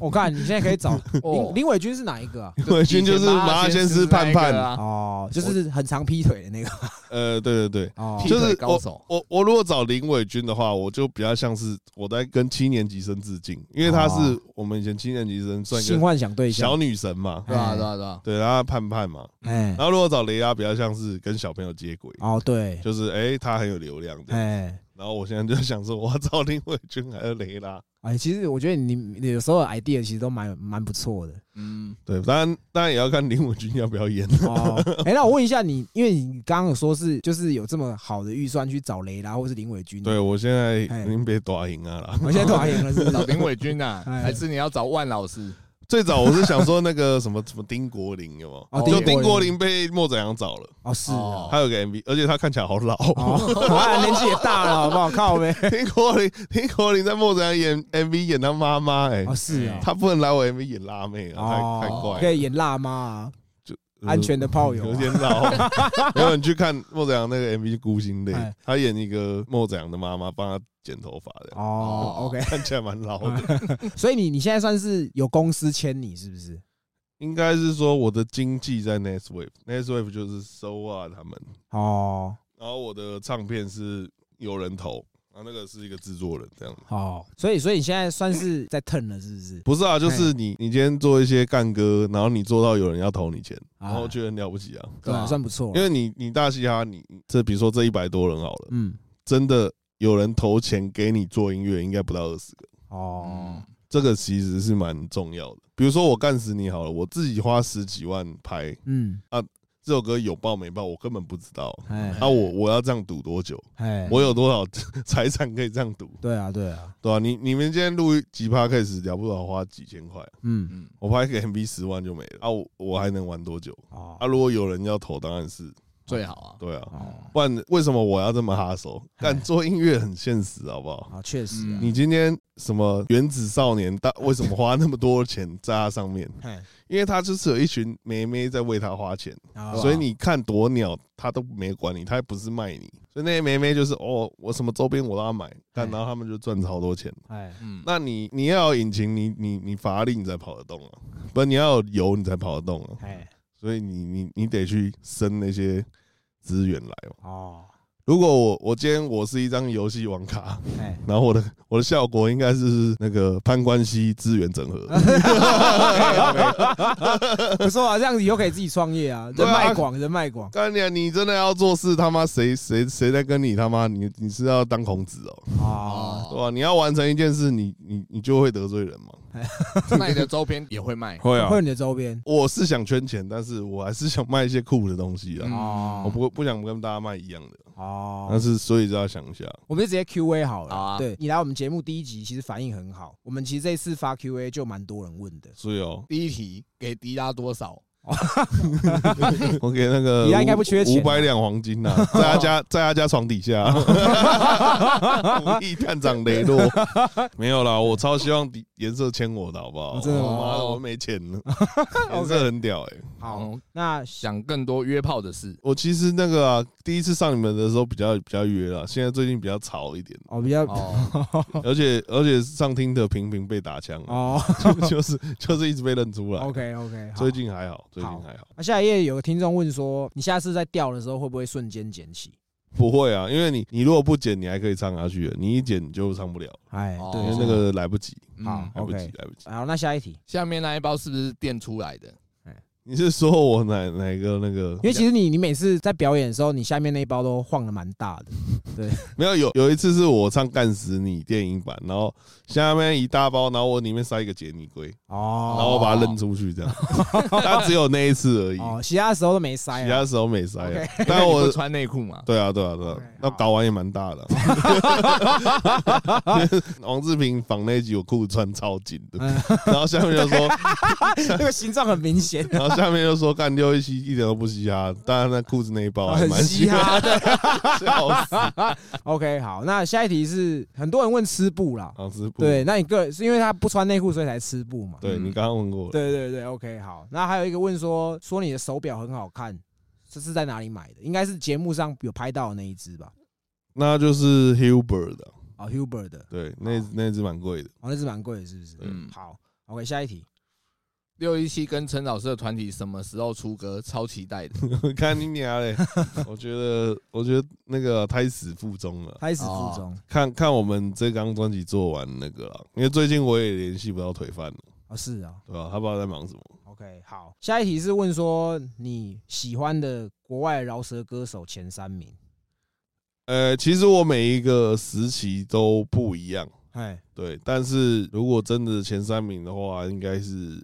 Speaker 1: 我看你现在可以找
Speaker 3: 哦
Speaker 1: 林林伟君是哪一个啊？
Speaker 2: 林伟君就是麻辣鲜师盼
Speaker 3: 以前麻辣鲜师那一个
Speaker 2: 盼，
Speaker 3: 啊
Speaker 1: 哦，就是很常劈腿的那个
Speaker 2: 呃，对对对，
Speaker 1: 哦
Speaker 3: 劈，
Speaker 2: 就
Speaker 3: 腿
Speaker 2: 是
Speaker 3: 高手。
Speaker 2: 我我如果找林伟君的话，我就比较像是我在跟七年级生致敬，因为她是我们以前七年级生算一
Speaker 1: 性
Speaker 2: 个
Speaker 1: 幻想对象
Speaker 2: 小，女神嘛，
Speaker 3: 对啊，对啊，对啊，
Speaker 2: 对，然后盼盼嘛，
Speaker 1: 哎，
Speaker 2: 然后如果找雷拉，比较像是跟小朋友接轨，
Speaker 1: 哦，对，
Speaker 2: 就是哎、她很有流量的。
Speaker 1: 哎。
Speaker 2: 然后我现在就想说，我要找林伟君还是雷拉？
Speaker 1: 哎，其实我觉得你你有时候的 idea 其实都蛮蛮不错的，
Speaker 3: 嗯，
Speaker 2: 对，当然当然也要看林伟君要不要演。
Speaker 1: 哦，哎、那我问一下你，因为你刚刚有说是就是有这么好的预算去找雷拉或是林伟君，
Speaker 2: 对，我现在已
Speaker 1: 哎
Speaker 2: 经被打赢啊啦。
Speaker 1: 我现在多少赢了是不
Speaker 3: 找
Speaker 1: 是？
Speaker 3: 林伟君啊，
Speaker 1: 哎
Speaker 3: 还是你要找万老师？
Speaker 2: 最早我是想说那个什么什么丁国林有没
Speaker 1: 哦
Speaker 2: 有？
Speaker 1: 丁国
Speaker 2: 就
Speaker 1: 林
Speaker 2: 丁国林被莫宰阳找了，
Speaker 1: 哦，是
Speaker 3: 哦
Speaker 1: 啊，
Speaker 2: 他有个 MV，而且他看起来好老。
Speaker 1: 哦，啊，年纪也大了，好不好？靠呗，
Speaker 2: 丁国林，丁国林在莫宰阳演 MV 演他妈妈，哎
Speaker 1: 哦，，是啊，
Speaker 2: 他不能来我 MV 演辣妹啊，太太
Speaker 1: 哦，
Speaker 2: 怪
Speaker 1: 可
Speaker 2: 了，
Speaker 1: 以演辣妈啊，
Speaker 2: 呃
Speaker 1: 安全的炮友
Speaker 2: 有
Speaker 1: 啊，
Speaker 2: 点 老。然后你去看莫宰阳那个 MV《孤星泪
Speaker 1: 哎》，
Speaker 2: 他演一个莫宰阳的妈妈，帮他剪头发的，
Speaker 1: 哦
Speaker 3: 哦
Speaker 1: ，OK，
Speaker 2: 看起来蛮老的。
Speaker 1: 所以你你现在算是有公司签你是不是？
Speaker 2: 应该是说我的经济在 Next Wave，Next Wave 就是 So a 他们。
Speaker 1: 哦，
Speaker 2: 然后我的唱片是有人投，然后那个是一个制作人这样。
Speaker 1: 好，所以所以你现在算是在 turn 了是不是？
Speaker 2: 不是啊，就是你你今天做一些干歌，然后你做到有人要投你钱，
Speaker 1: 啊
Speaker 2: 然后觉得很了不起啊。
Speaker 1: 对啊，算不错，
Speaker 2: 因为你你大嘻哈，你这比如说这一百多人好了，
Speaker 1: 嗯，
Speaker 2: 真的有人投钱给你做音乐，应该不到二十个。
Speaker 1: 哦，
Speaker 2: 这个其实是蛮重要的。比如说我干死你好了，我自己花十几万拍
Speaker 1: 嗯，
Speaker 2: 这首歌有爆没爆，我根本不知道。
Speaker 1: 哎
Speaker 2: 啊，我我要这样赌多久？
Speaker 1: 哎，
Speaker 2: 我有多少 财产可以这样赌？
Speaker 1: 对啊对啊，
Speaker 2: 对吧、你你们今天录几趴开始了不得花几千块，
Speaker 1: 嗯
Speaker 3: 嗯，
Speaker 2: 我拍个 MV 十万就没了啊！我我还能玩多久
Speaker 1: 哦
Speaker 2: 啊？如果有人要投，当然是
Speaker 3: 最好啊。
Speaker 2: 对啊，
Speaker 1: 哦
Speaker 2: 不然为什么我要这么哈手？但做音乐很现实，好不好？
Speaker 1: 啊，确实啊，
Speaker 3: 嗯
Speaker 2: 你今天什么原子少年，大为什么花那么多钱在他上面？
Speaker 1: 哎
Speaker 2: 因为他就是有一群妹妹在为他花钱，
Speaker 1: 啊
Speaker 2: 所以你看多鸟，他都没管你，他也不是卖你，所以那些妹妹就是哦，我什么周边我都要买，但然后他们就赚超多钱。
Speaker 1: 哎
Speaker 3: 嗯，
Speaker 2: 那你你要有引擎，你你你法拉利你才跑得动啊，不然你要有油你才跑得动啊，
Speaker 1: 哎
Speaker 2: 所以你你你得去生那些资源来嘛。
Speaker 1: 哦
Speaker 2: 如果我我今天我是一张游戏王卡，
Speaker 1: 哎，
Speaker 2: 然后我的我的效果应该是那个攀关系资源整合，
Speaker 1: 不错啊，这样子以后可以自己创业啊，
Speaker 2: 对
Speaker 1: 人
Speaker 2: 啊
Speaker 1: 脉广，人脉广
Speaker 2: 干你啊！你真的要做事，他妈谁谁谁在跟你他妈你你是要当孔子哦，
Speaker 1: 啊，
Speaker 2: 对
Speaker 3: 哦，
Speaker 2: 吧、你要完成一件事，你你你就会得罪人嘛。
Speaker 3: 呃 那你的周边也会卖，
Speaker 2: 会
Speaker 1: 会有你啊的周边
Speaker 2: 我是想圈钱，但是我还是想卖一些酷的东西啊。
Speaker 1: 哦
Speaker 2: 我不不想跟大家卖一样的，但
Speaker 1: 哦，
Speaker 2: 是所以就要想一下。
Speaker 1: 我们就直接 Q A 好了。
Speaker 3: 好啊，
Speaker 1: 对你来我们节目第一集，其实反应很好。我们其实这一次发 Q A 就蛮多人问的，
Speaker 2: 所以 哦
Speaker 3: 第一题给迪拉多少？
Speaker 2: 我给那个
Speaker 1: 你家应该不缺钱啊
Speaker 2: 五百两黄金呐、 啊，在他家在他家床底下，武力探长 雷洛没有啦，我超希望颜色签我的好不好？
Speaker 1: 哦真的吗
Speaker 2: 我妈的我没钱 了，颜色很屌哎、
Speaker 1: 好
Speaker 3: 嗯，
Speaker 1: 那
Speaker 3: 想更多约炮的事，
Speaker 2: 我其实那个啊，第一次上你们的时候比较比较约了，现在最近比较潮一点，
Speaker 1: 我比较
Speaker 3: 哦，
Speaker 2: 而且而且上听的频频被打枪啊，
Speaker 1: 哦
Speaker 2: 就是就是一直被认出来。
Speaker 1: ，OK OK，
Speaker 2: 最近还好，最近还好，
Speaker 1: 那下一页有个听众问说，你下次在钓的时候会不会瞬间捡起？
Speaker 2: 不会啊，因为你你如果不剪，你还可以唱下去的，你一剪你就唱不了，
Speaker 1: 哎，
Speaker 3: 哦
Speaker 2: 因为
Speaker 1: 对，
Speaker 2: 那个来不及，
Speaker 3: 嗯
Speaker 1: 好
Speaker 2: 来不及
Speaker 1: OK，
Speaker 2: 来不及。
Speaker 1: 好，那下一题，
Speaker 3: 下面那一包是不是电出来的？
Speaker 2: 你是说我哪哪个那个
Speaker 1: 因？为其实你你每次在表演的时候，你下面那一包都晃的蛮大的，
Speaker 2: 没有有有一次是我唱《干死你》电影版，然后下面一大包，然后我里面塞一个杰尼龟，然
Speaker 1: 哦
Speaker 2: 后我把它扔出 去，这样，但只有那一次而已。
Speaker 1: 哦，其他的时候都没塞
Speaker 2: 其
Speaker 1: 啊，
Speaker 2: 他时候没塞啊
Speaker 1: OK，
Speaker 2: 但
Speaker 3: 因为 你
Speaker 2: 我
Speaker 3: 不穿内裤嘛，
Speaker 2: 对啊对啊对啊
Speaker 1: OK，，
Speaker 2: 那
Speaker 1: 好
Speaker 2: 搞完也蛮大的。啊 王志平仿那一集，我裤子穿超紧的，然后下面就说，，
Speaker 1: 那个形状很明显
Speaker 2: 然后下面就说干六一七一点都不嘻哈，当然那裤子那一包 还
Speaker 1: 很
Speaker 2: 哦蛮
Speaker 1: 嘻哈
Speaker 2: 的，笑死。
Speaker 1: OK，好，那下一题是很多人问吃布啦，
Speaker 2: 王志平，
Speaker 1: 对，那你个人是因为他不穿内裤所以才吃布嘛？
Speaker 2: 对，
Speaker 3: 嗯
Speaker 2: 你刚刚问过了，
Speaker 1: 对对对，OK，好，那还有一个问说说你的手表很好看，这是在哪里买的？应该是节目上有拍到的那一只吧？
Speaker 2: 那就是 Huber 的，
Speaker 1: 啊，Huber 的，
Speaker 2: 对，那那只蛮贵的。
Speaker 1: 哦，那只蛮贵的，是不是？
Speaker 3: 嗯
Speaker 1: 好，OK，下一题。
Speaker 3: 六一七跟陈老师的团体什么时候出歌？超期待的。
Speaker 2: 看你娘嘞，我觉得我觉得那个胎死腹中了。
Speaker 1: 开始附中
Speaker 2: 看看我们这张专辑做完那个了，因为最近我也联系不到腿饭了，
Speaker 1: 哦，是啊、
Speaker 2: 对吧、他不知道在忙什么。
Speaker 1: o k 好，下一题是问说你喜欢的国外饶舌歌手前三名，
Speaker 2: 呃，其实我每一个时期都不一样，
Speaker 1: 哎，
Speaker 2: 对。但是如果真的前三名的话，应该是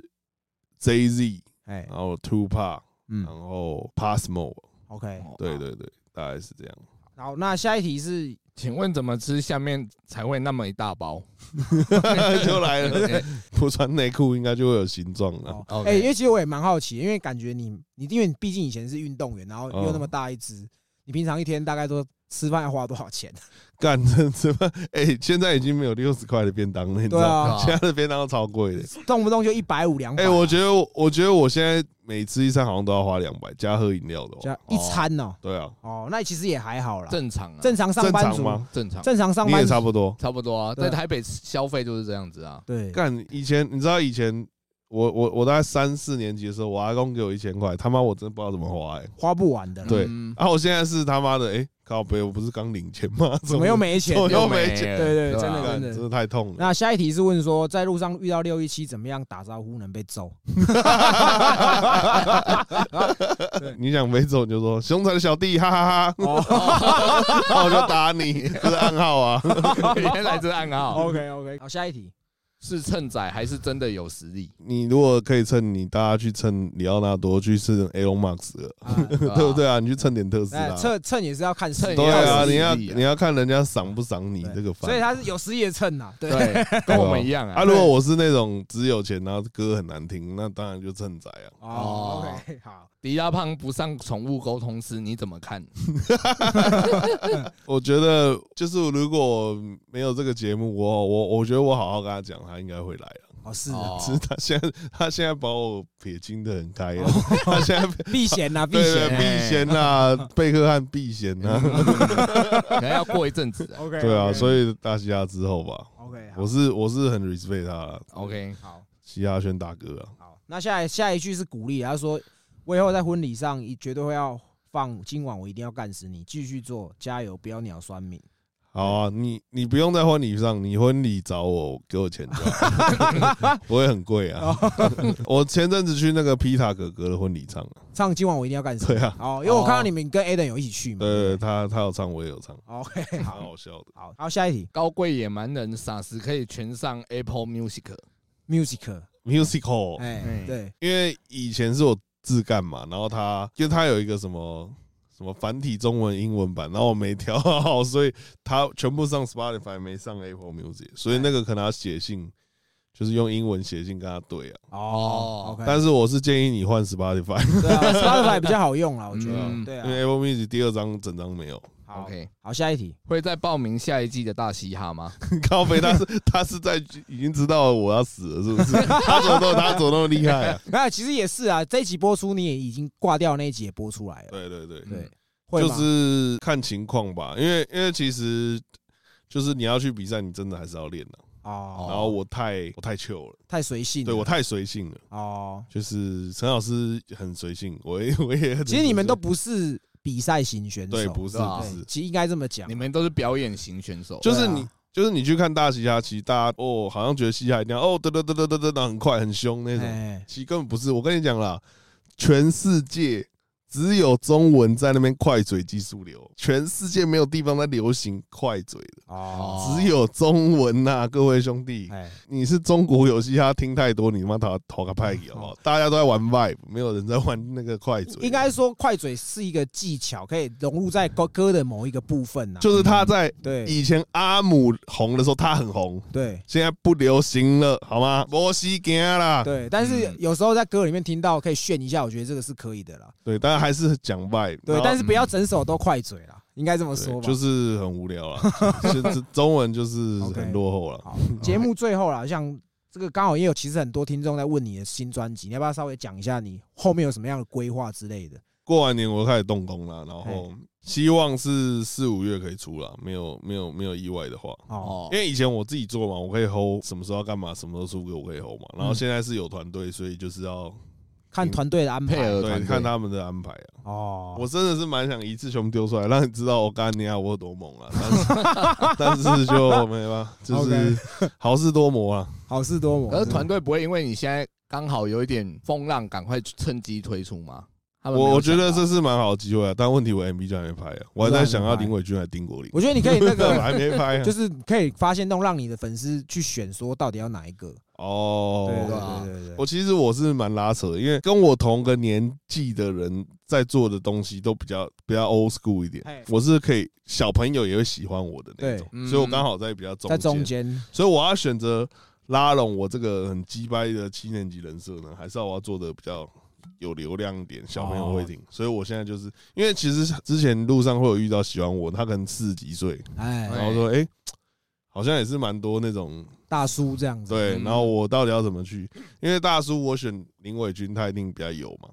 Speaker 2: Jay Z，
Speaker 1: 哎，
Speaker 2: 然后 Tupac，
Speaker 1: 嗯
Speaker 2: 然后 Passmo，
Speaker 1: ，OK，
Speaker 2: 对
Speaker 3: 哦
Speaker 2: 对对，大概是这样。
Speaker 1: 好，那下一题是
Speaker 3: 请问怎么吃下面才会那么一大包？ 哎
Speaker 2: 就来 了，不穿内裤应该就会有形状了。
Speaker 1: 哦，
Speaker 3: OK
Speaker 1: 哎、因为其实我也蛮好奇，因为感觉你，你因为你毕竟以前是运动员，然后
Speaker 2: 哦
Speaker 1: 又那么大一只，你平常一天大概都吃饭要花多少钱？
Speaker 2: 干这这么哎，现在已经没有六十块的便当了，你知
Speaker 1: 对
Speaker 2: 道吗？
Speaker 1: 啊，
Speaker 2: 现在的便当都超贵的。
Speaker 1: 动不动就一百五两百。
Speaker 2: 哎、我觉得我，我觉得我现在每次一餐好像都要花两百，加喝饮料的、哦。
Speaker 1: 加一餐哦、
Speaker 2: 对啊，
Speaker 1: 哦，那其实也还好啦，
Speaker 3: 正常啊，
Speaker 1: 正常上班
Speaker 2: 正常
Speaker 1: 族，
Speaker 2: 吗
Speaker 3: 正常，
Speaker 1: 正常上
Speaker 2: 你
Speaker 1: 班
Speaker 2: 也
Speaker 1: 族
Speaker 2: 差不多。
Speaker 3: 差不多啊。
Speaker 1: 对啊
Speaker 3: 在台北消费就是这样子啊。
Speaker 1: 对，
Speaker 2: 干以前，你知道以前我我我大概三四年级的时候，我阿公给我一千块，他妈我真不知道怎么 花哎、
Speaker 1: 花不完的啦。
Speaker 2: 对
Speaker 3: 嗯
Speaker 2: 然后我现在是他妈的哎、靠北，我不是刚领钱吗？
Speaker 1: 怎么又没钱？
Speaker 2: 我
Speaker 3: 又
Speaker 2: 又没
Speaker 3: 钱，
Speaker 1: 对对
Speaker 3: 吧
Speaker 1: 真的
Speaker 2: 干，真的太痛 了。
Speaker 1: 那下一题是问说，在路上遇到六一七怎么样打招呼能被揍？
Speaker 2: 你想飞走你就说熊仔的小弟，哈哈哈，
Speaker 1: 哦
Speaker 2: 那我就打你，这是暗号啊。
Speaker 3: 原来这是暗 号。
Speaker 1: ，OK OK，好，下一题，
Speaker 3: 是趁仔还是真的有实力，
Speaker 2: 你如果可以蹭，你大家去蹭里奥纳多，去蹭 Elon Musk，了
Speaker 3: 对吧
Speaker 2: 对不对？啊？你去蹭点特斯
Speaker 1: 哎
Speaker 2: 拉，
Speaker 1: 蹭蹭也是要看实力
Speaker 3: 蹭
Speaker 2: 对
Speaker 3: 也
Speaker 2: 啊，
Speaker 3: 要有
Speaker 2: 你要
Speaker 3: 实力啊
Speaker 2: 你要看人家赏不赏你
Speaker 1: 对
Speaker 2: 这个饭。
Speaker 1: 所以他是有实力的蹭啊，对，
Speaker 3: 对， 跟我们一样
Speaker 2: 啊，
Speaker 3: 啊。
Speaker 2: 如果我是那种只有钱，然后歌很难听，那当然就趁仔啊。
Speaker 1: 哦
Speaker 3: 哦
Speaker 1: ，OK，好，
Speaker 3: 迪拉胖不上宠物沟通师，你怎 么看？
Speaker 2: 我觉得就是如果没有这个节目，我我我觉得我好好跟他讲，他应该会来啊。
Speaker 1: 哦是啊，
Speaker 3: 哦
Speaker 2: 只是他现在他现在把我撇清的很开啊， 他现在
Speaker 1: 避嫌啊 呐，避
Speaker 2: 对对
Speaker 1: 嫌
Speaker 3: 欸
Speaker 2: 避嫌呐，贝克汉避嫌呐，
Speaker 3: 可能要过一阵 子啊。
Speaker 1: ，OK，
Speaker 2: 对啊，所以大西亚之后吧，
Speaker 1: OK，好
Speaker 2: 我是我是很 respect 他啦，
Speaker 3: OK，
Speaker 1: 好
Speaker 2: 西亚轩大哥啊，
Speaker 1: 好，那下来下一句是鼓励，他说我以后在婚礼上一绝对会要放，今晚我一定要干死你，继续做，加油，不要鸟酸民。
Speaker 2: 好啊，你你不用在婚礼上，你婚礼找我给我钱就好，不会很贵啊。 我前阵子去那个皮塔哥哥的婚礼唱啊，
Speaker 1: 唱今晚我一定要干死
Speaker 2: 对
Speaker 1: 你。
Speaker 2: 啊，
Speaker 1: 哦，因为我看到
Speaker 3: 哦
Speaker 1: 你们跟 Aden 有一起去嘛。
Speaker 2: 对他他有唱我也有唱，
Speaker 1: OK，
Speaker 2: 蛮
Speaker 1: 嗯好
Speaker 2: 好笑的。
Speaker 1: 好，好，下一题
Speaker 3: 高贵野蛮人傻石可以全上 Apple Music，
Speaker 1: ，music，
Speaker 2: 哦 musical，
Speaker 1: 哎
Speaker 3: 哎，
Speaker 1: 对，
Speaker 2: 因为以前是我自干嘛，然后他因为他有一个什么。什么繁体中文、英文版，然后我没调好，所以他全部上 Spotify，没上 Apple Music，所以那个可能要写信，就是用英文写信跟他对啊。
Speaker 1: 哦
Speaker 3: 哦
Speaker 1: ，OK，
Speaker 2: 但是我是建议你换 Spotify，
Speaker 1: 对 啊，Spotify 比较好用啦，我觉得，
Speaker 3: 嗯
Speaker 1: 对
Speaker 2: 因
Speaker 1: 啊
Speaker 2: 为，Apple Music 第二张整张没有。
Speaker 1: 好
Speaker 3: OK
Speaker 1: 好，下一题，
Speaker 3: 会再报名下一季的大嘻哈吗？
Speaker 2: 高飞他是他是在已经知道我要死了，是不是？ 他怎么都他怎么那么厉害啊？
Speaker 1: 那其实也是啊，这一集播出你也已经挂掉那一集也播出来了，
Speaker 2: 对对对，
Speaker 1: 对，会
Speaker 2: 就
Speaker 1: 吗？
Speaker 2: 是看情况吧，因为因为其实就是你要去比赛，你真的还是要练的。然
Speaker 1: 哦，
Speaker 2: 后我太我太 chill 了，
Speaker 1: 太随性了，
Speaker 2: 对我太随性了，
Speaker 1: 哦，
Speaker 2: 就是陈老师很随性，我也我也很
Speaker 1: 其实你们都不是比赛型选手，
Speaker 2: 对，不是
Speaker 3: 对啊
Speaker 2: 不
Speaker 1: 对
Speaker 2: 是，
Speaker 1: 其实应该这么讲
Speaker 3: 你，们都是表演型选手，
Speaker 2: 就是
Speaker 1: 对啊
Speaker 2: 你。就是你去看大嘻哈，其实大家哦，好像觉得嘻哈一定要哦，得得得得得得得，很快很凶那种。
Speaker 1: 哎，
Speaker 2: 其实根本不是。我跟你讲啦，全世界只有中文在那边快嘴技术流，全世界没有地方在流行快嘴的，
Speaker 1: 哦，
Speaker 2: 只有中文呐、各位兄弟，
Speaker 1: 哎，
Speaker 2: 你是中国游戏，他听太多，你他妈讨讨个派给好不好？哦 大家都在玩 vibe，没有人在玩那个快嘴。
Speaker 1: 嗯应该说快嘴是一个技巧，可以融入在歌歌的某一个部分呐，
Speaker 2: 就是他在
Speaker 1: 对
Speaker 2: 以前阿姆红的时候，他很红。
Speaker 1: 对。
Speaker 2: 现在不流行了，好吗？摩西惊啦，
Speaker 1: 嗯对，但是
Speaker 3: 嗯
Speaker 1: 有时候在歌里面听到可以炫一下，我觉得这个是可以的啦。
Speaker 2: 对，但还是讲 vibe。
Speaker 1: 对，
Speaker 2: 然后嗯
Speaker 1: 但是不要整首都快嘴啦，应该这么
Speaker 2: 对
Speaker 1: 说吧。
Speaker 2: 就是很无聊 了，就是中文就是很落后了。
Speaker 1: 好，节 目最后啦，像这个刚好也有，其实很多听众在问你的新专辑，你要不要稍微讲一下你后面有什么样的规划之类的？
Speaker 2: 过完年我开始动工了，然后希望是四五月可以出了，没有没有没有意外的话。
Speaker 1: 哦，
Speaker 3: 哦
Speaker 2: 因，为以前我自己做嘛，我可以 hold 什么时候要干嘛，什么时候出歌我可以 hold 嘛。然后
Speaker 1: 嗯
Speaker 2: 现在是有团队，所以就是要
Speaker 1: 看团队的安
Speaker 3: 配
Speaker 1: 排
Speaker 3: 合团
Speaker 2: 对
Speaker 3: 队
Speaker 2: 看他们的安排啊。
Speaker 1: 哦。
Speaker 2: 我真的是蛮想一次全部丢出来，让你知道我干你啊，我有多猛 啊！但是但是就没办法，就是好事多磨 啊。
Speaker 1: 好事多磨，
Speaker 3: 可是团队不会因为你现在刚好有一点风浪，赶快趁机推出吗？他们没有
Speaker 2: 我我觉得
Speaker 3: 想法
Speaker 2: 这是蛮好的机会啊，但问题我 MV 就还没拍啊，我还在想要林伟君还是丁国林，
Speaker 1: 我觉得你可以那 个，
Speaker 2: 还没拍啊，
Speaker 1: 就是可以发现那种让你的粉丝去选，说到底要哪一个。对
Speaker 2: 哦。
Speaker 3: 啊
Speaker 1: 对对对对，
Speaker 2: 我其实我是蛮拉扯的，因为跟我同个年纪的人在做的东西都比较比较 old school 一点
Speaker 1: 嘿，
Speaker 2: 我是可以小朋友也会喜欢我的那种，
Speaker 3: 对
Speaker 2: 所以我刚好在比较中
Speaker 1: 在中
Speaker 2: 中，
Speaker 1: 间
Speaker 2: 所以我要选择拉拢我这个很鸡掰的七年级人设呢，还是要我要做的比较有流量一点，小朋友会听，所以我现在就是因为其实之前路上会有遇到喜欢我，他可能四十几岁，
Speaker 1: 哎
Speaker 2: 然后说哎、诶好像也是蛮多那种
Speaker 1: 大叔这样子。
Speaker 2: 对，
Speaker 3: 嗯
Speaker 2: 然后我到底要怎么去？因为大叔我选林伟君，他一定比较有嘛，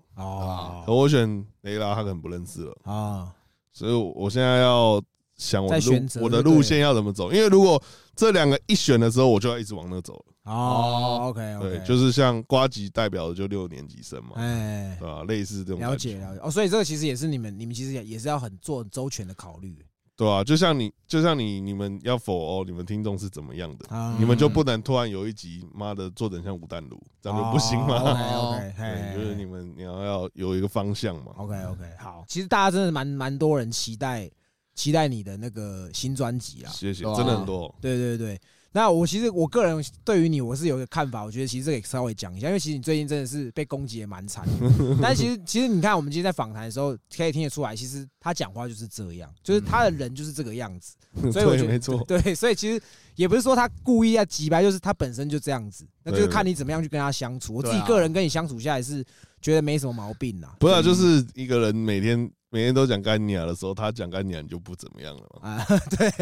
Speaker 2: 可
Speaker 1: 哦
Speaker 2: 我选雷拉他可能不认识了，
Speaker 1: 啊，
Speaker 2: 所以我我现在要想我的
Speaker 1: 再选
Speaker 2: 路
Speaker 1: 择
Speaker 2: 我的路线要怎么走，因为如果这两个一选的时候，我就要一直往那走了。
Speaker 1: 哦，OK
Speaker 2: 对，
Speaker 1: OK，
Speaker 2: 就是像瓜吉代表的就六年级生嘛，
Speaker 1: 哎
Speaker 2: 对，吧、类似这种
Speaker 1: 了
Speaker 2: 感
Speaker 1: 解
Speaker 2: 觉，
Speaker 1: 了解。哦，所以这个其实也是你们，你们其实也也是要很做很周全的考虑
Speaker 2: 对吧、就像你，就像你，你们要否哦，你们听众是怎么样的？
Speaker 1: 啊。
Speaker 2: 你们就不能突然有一集，妈的，做成像吴淡如，这样就不行嘛。
Speaker 1: 哦？OK 哦
Speaker 2: 对，就是你们你要要有一个方向嘛。
Speaker 1: OK OK 好。其实大家真的蛮蛮多人期待期待你的那个新专辑啊，
Speaker 2: 谢谢，
Speaker 3: 对啊
Speaker 2: 真的很多。
Speaker 1: 对对对。那我其实我个人对于你我是有一个看法，我觉得其实这个也稍微讲一下，因为其实你最近真的是被攻击也蛮惨的。但其实其实你看我们今天在访谈的时候，可以听得出来，其实他讲话就是这样，就是他的人就是这个样子。所以我觉 得
Speaker 2: 对，没错，
Speaker 1: 对，所以其实也不是说他故意要急白，就是他本身就这样子，那就是
Speaker 2: 对对
Speaker 1: 看你怎么样去跟他相处。我自
Speaker 3: 对
Speaker 1: 己
Speaker 3: 啊
Speaker 1: 个人跟你相处下来是觉得没什么毛病啦。
Speaker 2: 不是啊，就是一个人每天每天都讲干你啊的时候，他讲干你啊，你就不怎么样了嘛。
Speaker 1: 啊，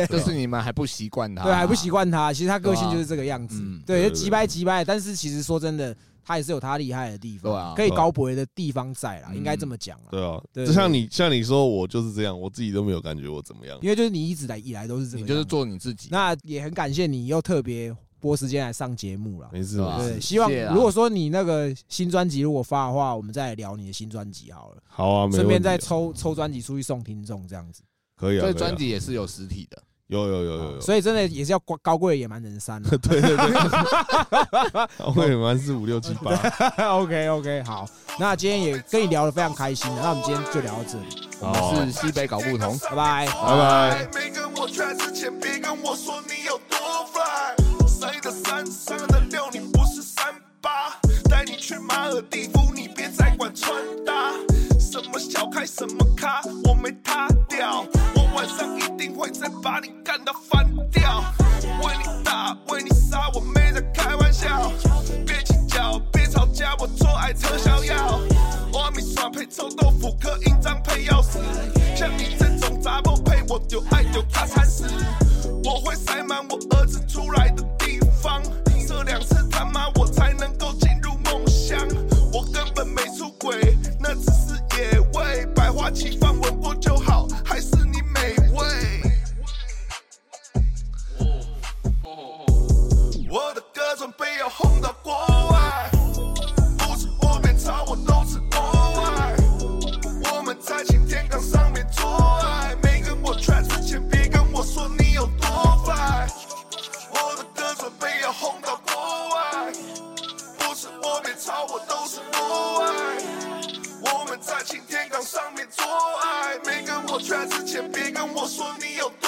Speaker 3: 就是你们还不习惯他，
Speaker 1: 对，还不习惯他。其实他个性就是这个样子
Speaker 3: 啊对啊嗯，
Speaker 1: 对，
Speaker 2: 对
Speaker 1: 就急掰急掰。但是其实说真的，他也是有他厉害的地
Speaker 3: 对
Speaker 1: 方，
Speaker 3: 啊
Speaker 1: 可以高博的地方在啦，
Speaker 3: 嗯
Speaker 1: 应该这么讲啦。
Speaker 2: 对啊，
Speaker 1: 对
Speaker 2: 就像你像你说，我就是这样，我自己都没有感觉我怎么样。
Speaker 1: 因为就是你一直来以来都是这个
Speaker 3: 你
Speaker 1: 样子，
Speaker 3: 就是做你自己。
Speaker 1: 那也很感谢你又特别拨时间来上节目啦。
Speaker 2: 没事
Speaker 3: 对啊
Speaker 2: 没
Speaker 1: 对，
Speaker 2: 事，
Speaker 1: 希望
Speaker 3: 谢谢啦
Speaker 1: 如果说你那个新专辑如果发的话，我们再来聊你的新专辑好了。
Speaker 2: 好啊，没
Speaker 1: 顺便
Speaker 2: 问题
Speaker 1: 再
Speaker 2: 啊。
Speaker 1: 抽抽专辑出去送听众这样子，
Speaker 2: 可以啊，
Speaker 3: 所以
Speaker 2: 可啊
Speaker 3: 专辑也是有实体的，
Speaker 2: 有有有有有，
Speaker 1: 啊所以真的也是要高高贵的野蛮人 三了。啊
Speaker 2: 对对对， 我也蛮是五六七八，
Speaker 1: OK OK，好，那今天也跟你聊得非常开心了，那我们今天就聊到这里，
Speaker 3: 我
Speaker 2: 好啊
Speaker 3: 们是西北搞不同。
Speaker 1: 拜拜。
Speaker 2: 拜拜。
Speaker 5: 没跟我圈之前，别跟我说你有多 fly。谁的三，三的六，你不是三八。带你去马尔蒂夫，你别再管穿搭。什么小开什么咖，我没塌掉。我晚上一定会再把你干到翻掉。为你打，为你杀，我没在开玩笑。别计较，别吵架，我做爱吃逍遥。花米蒜配臭豆腐，刻印章配钥匙。像你这种杂毛配我丢爱丢他惨死。我会塞满我儿子出来的地方，这两次他妈我才能够进入梦乡。我根本没出轨，那只是野味，百花齐放，闻过就好，还是你美味。我的歌准备要红到国外，不吃不面朝我都是国外。我们在擎天岗上面做爱，没跟我圈之前别跟我说你有多 fly。我的歌准备要红到国外，不吃不面朝我都是国外。我们在擎天岗上面做爱，没跟我圈之前别跟我说你有多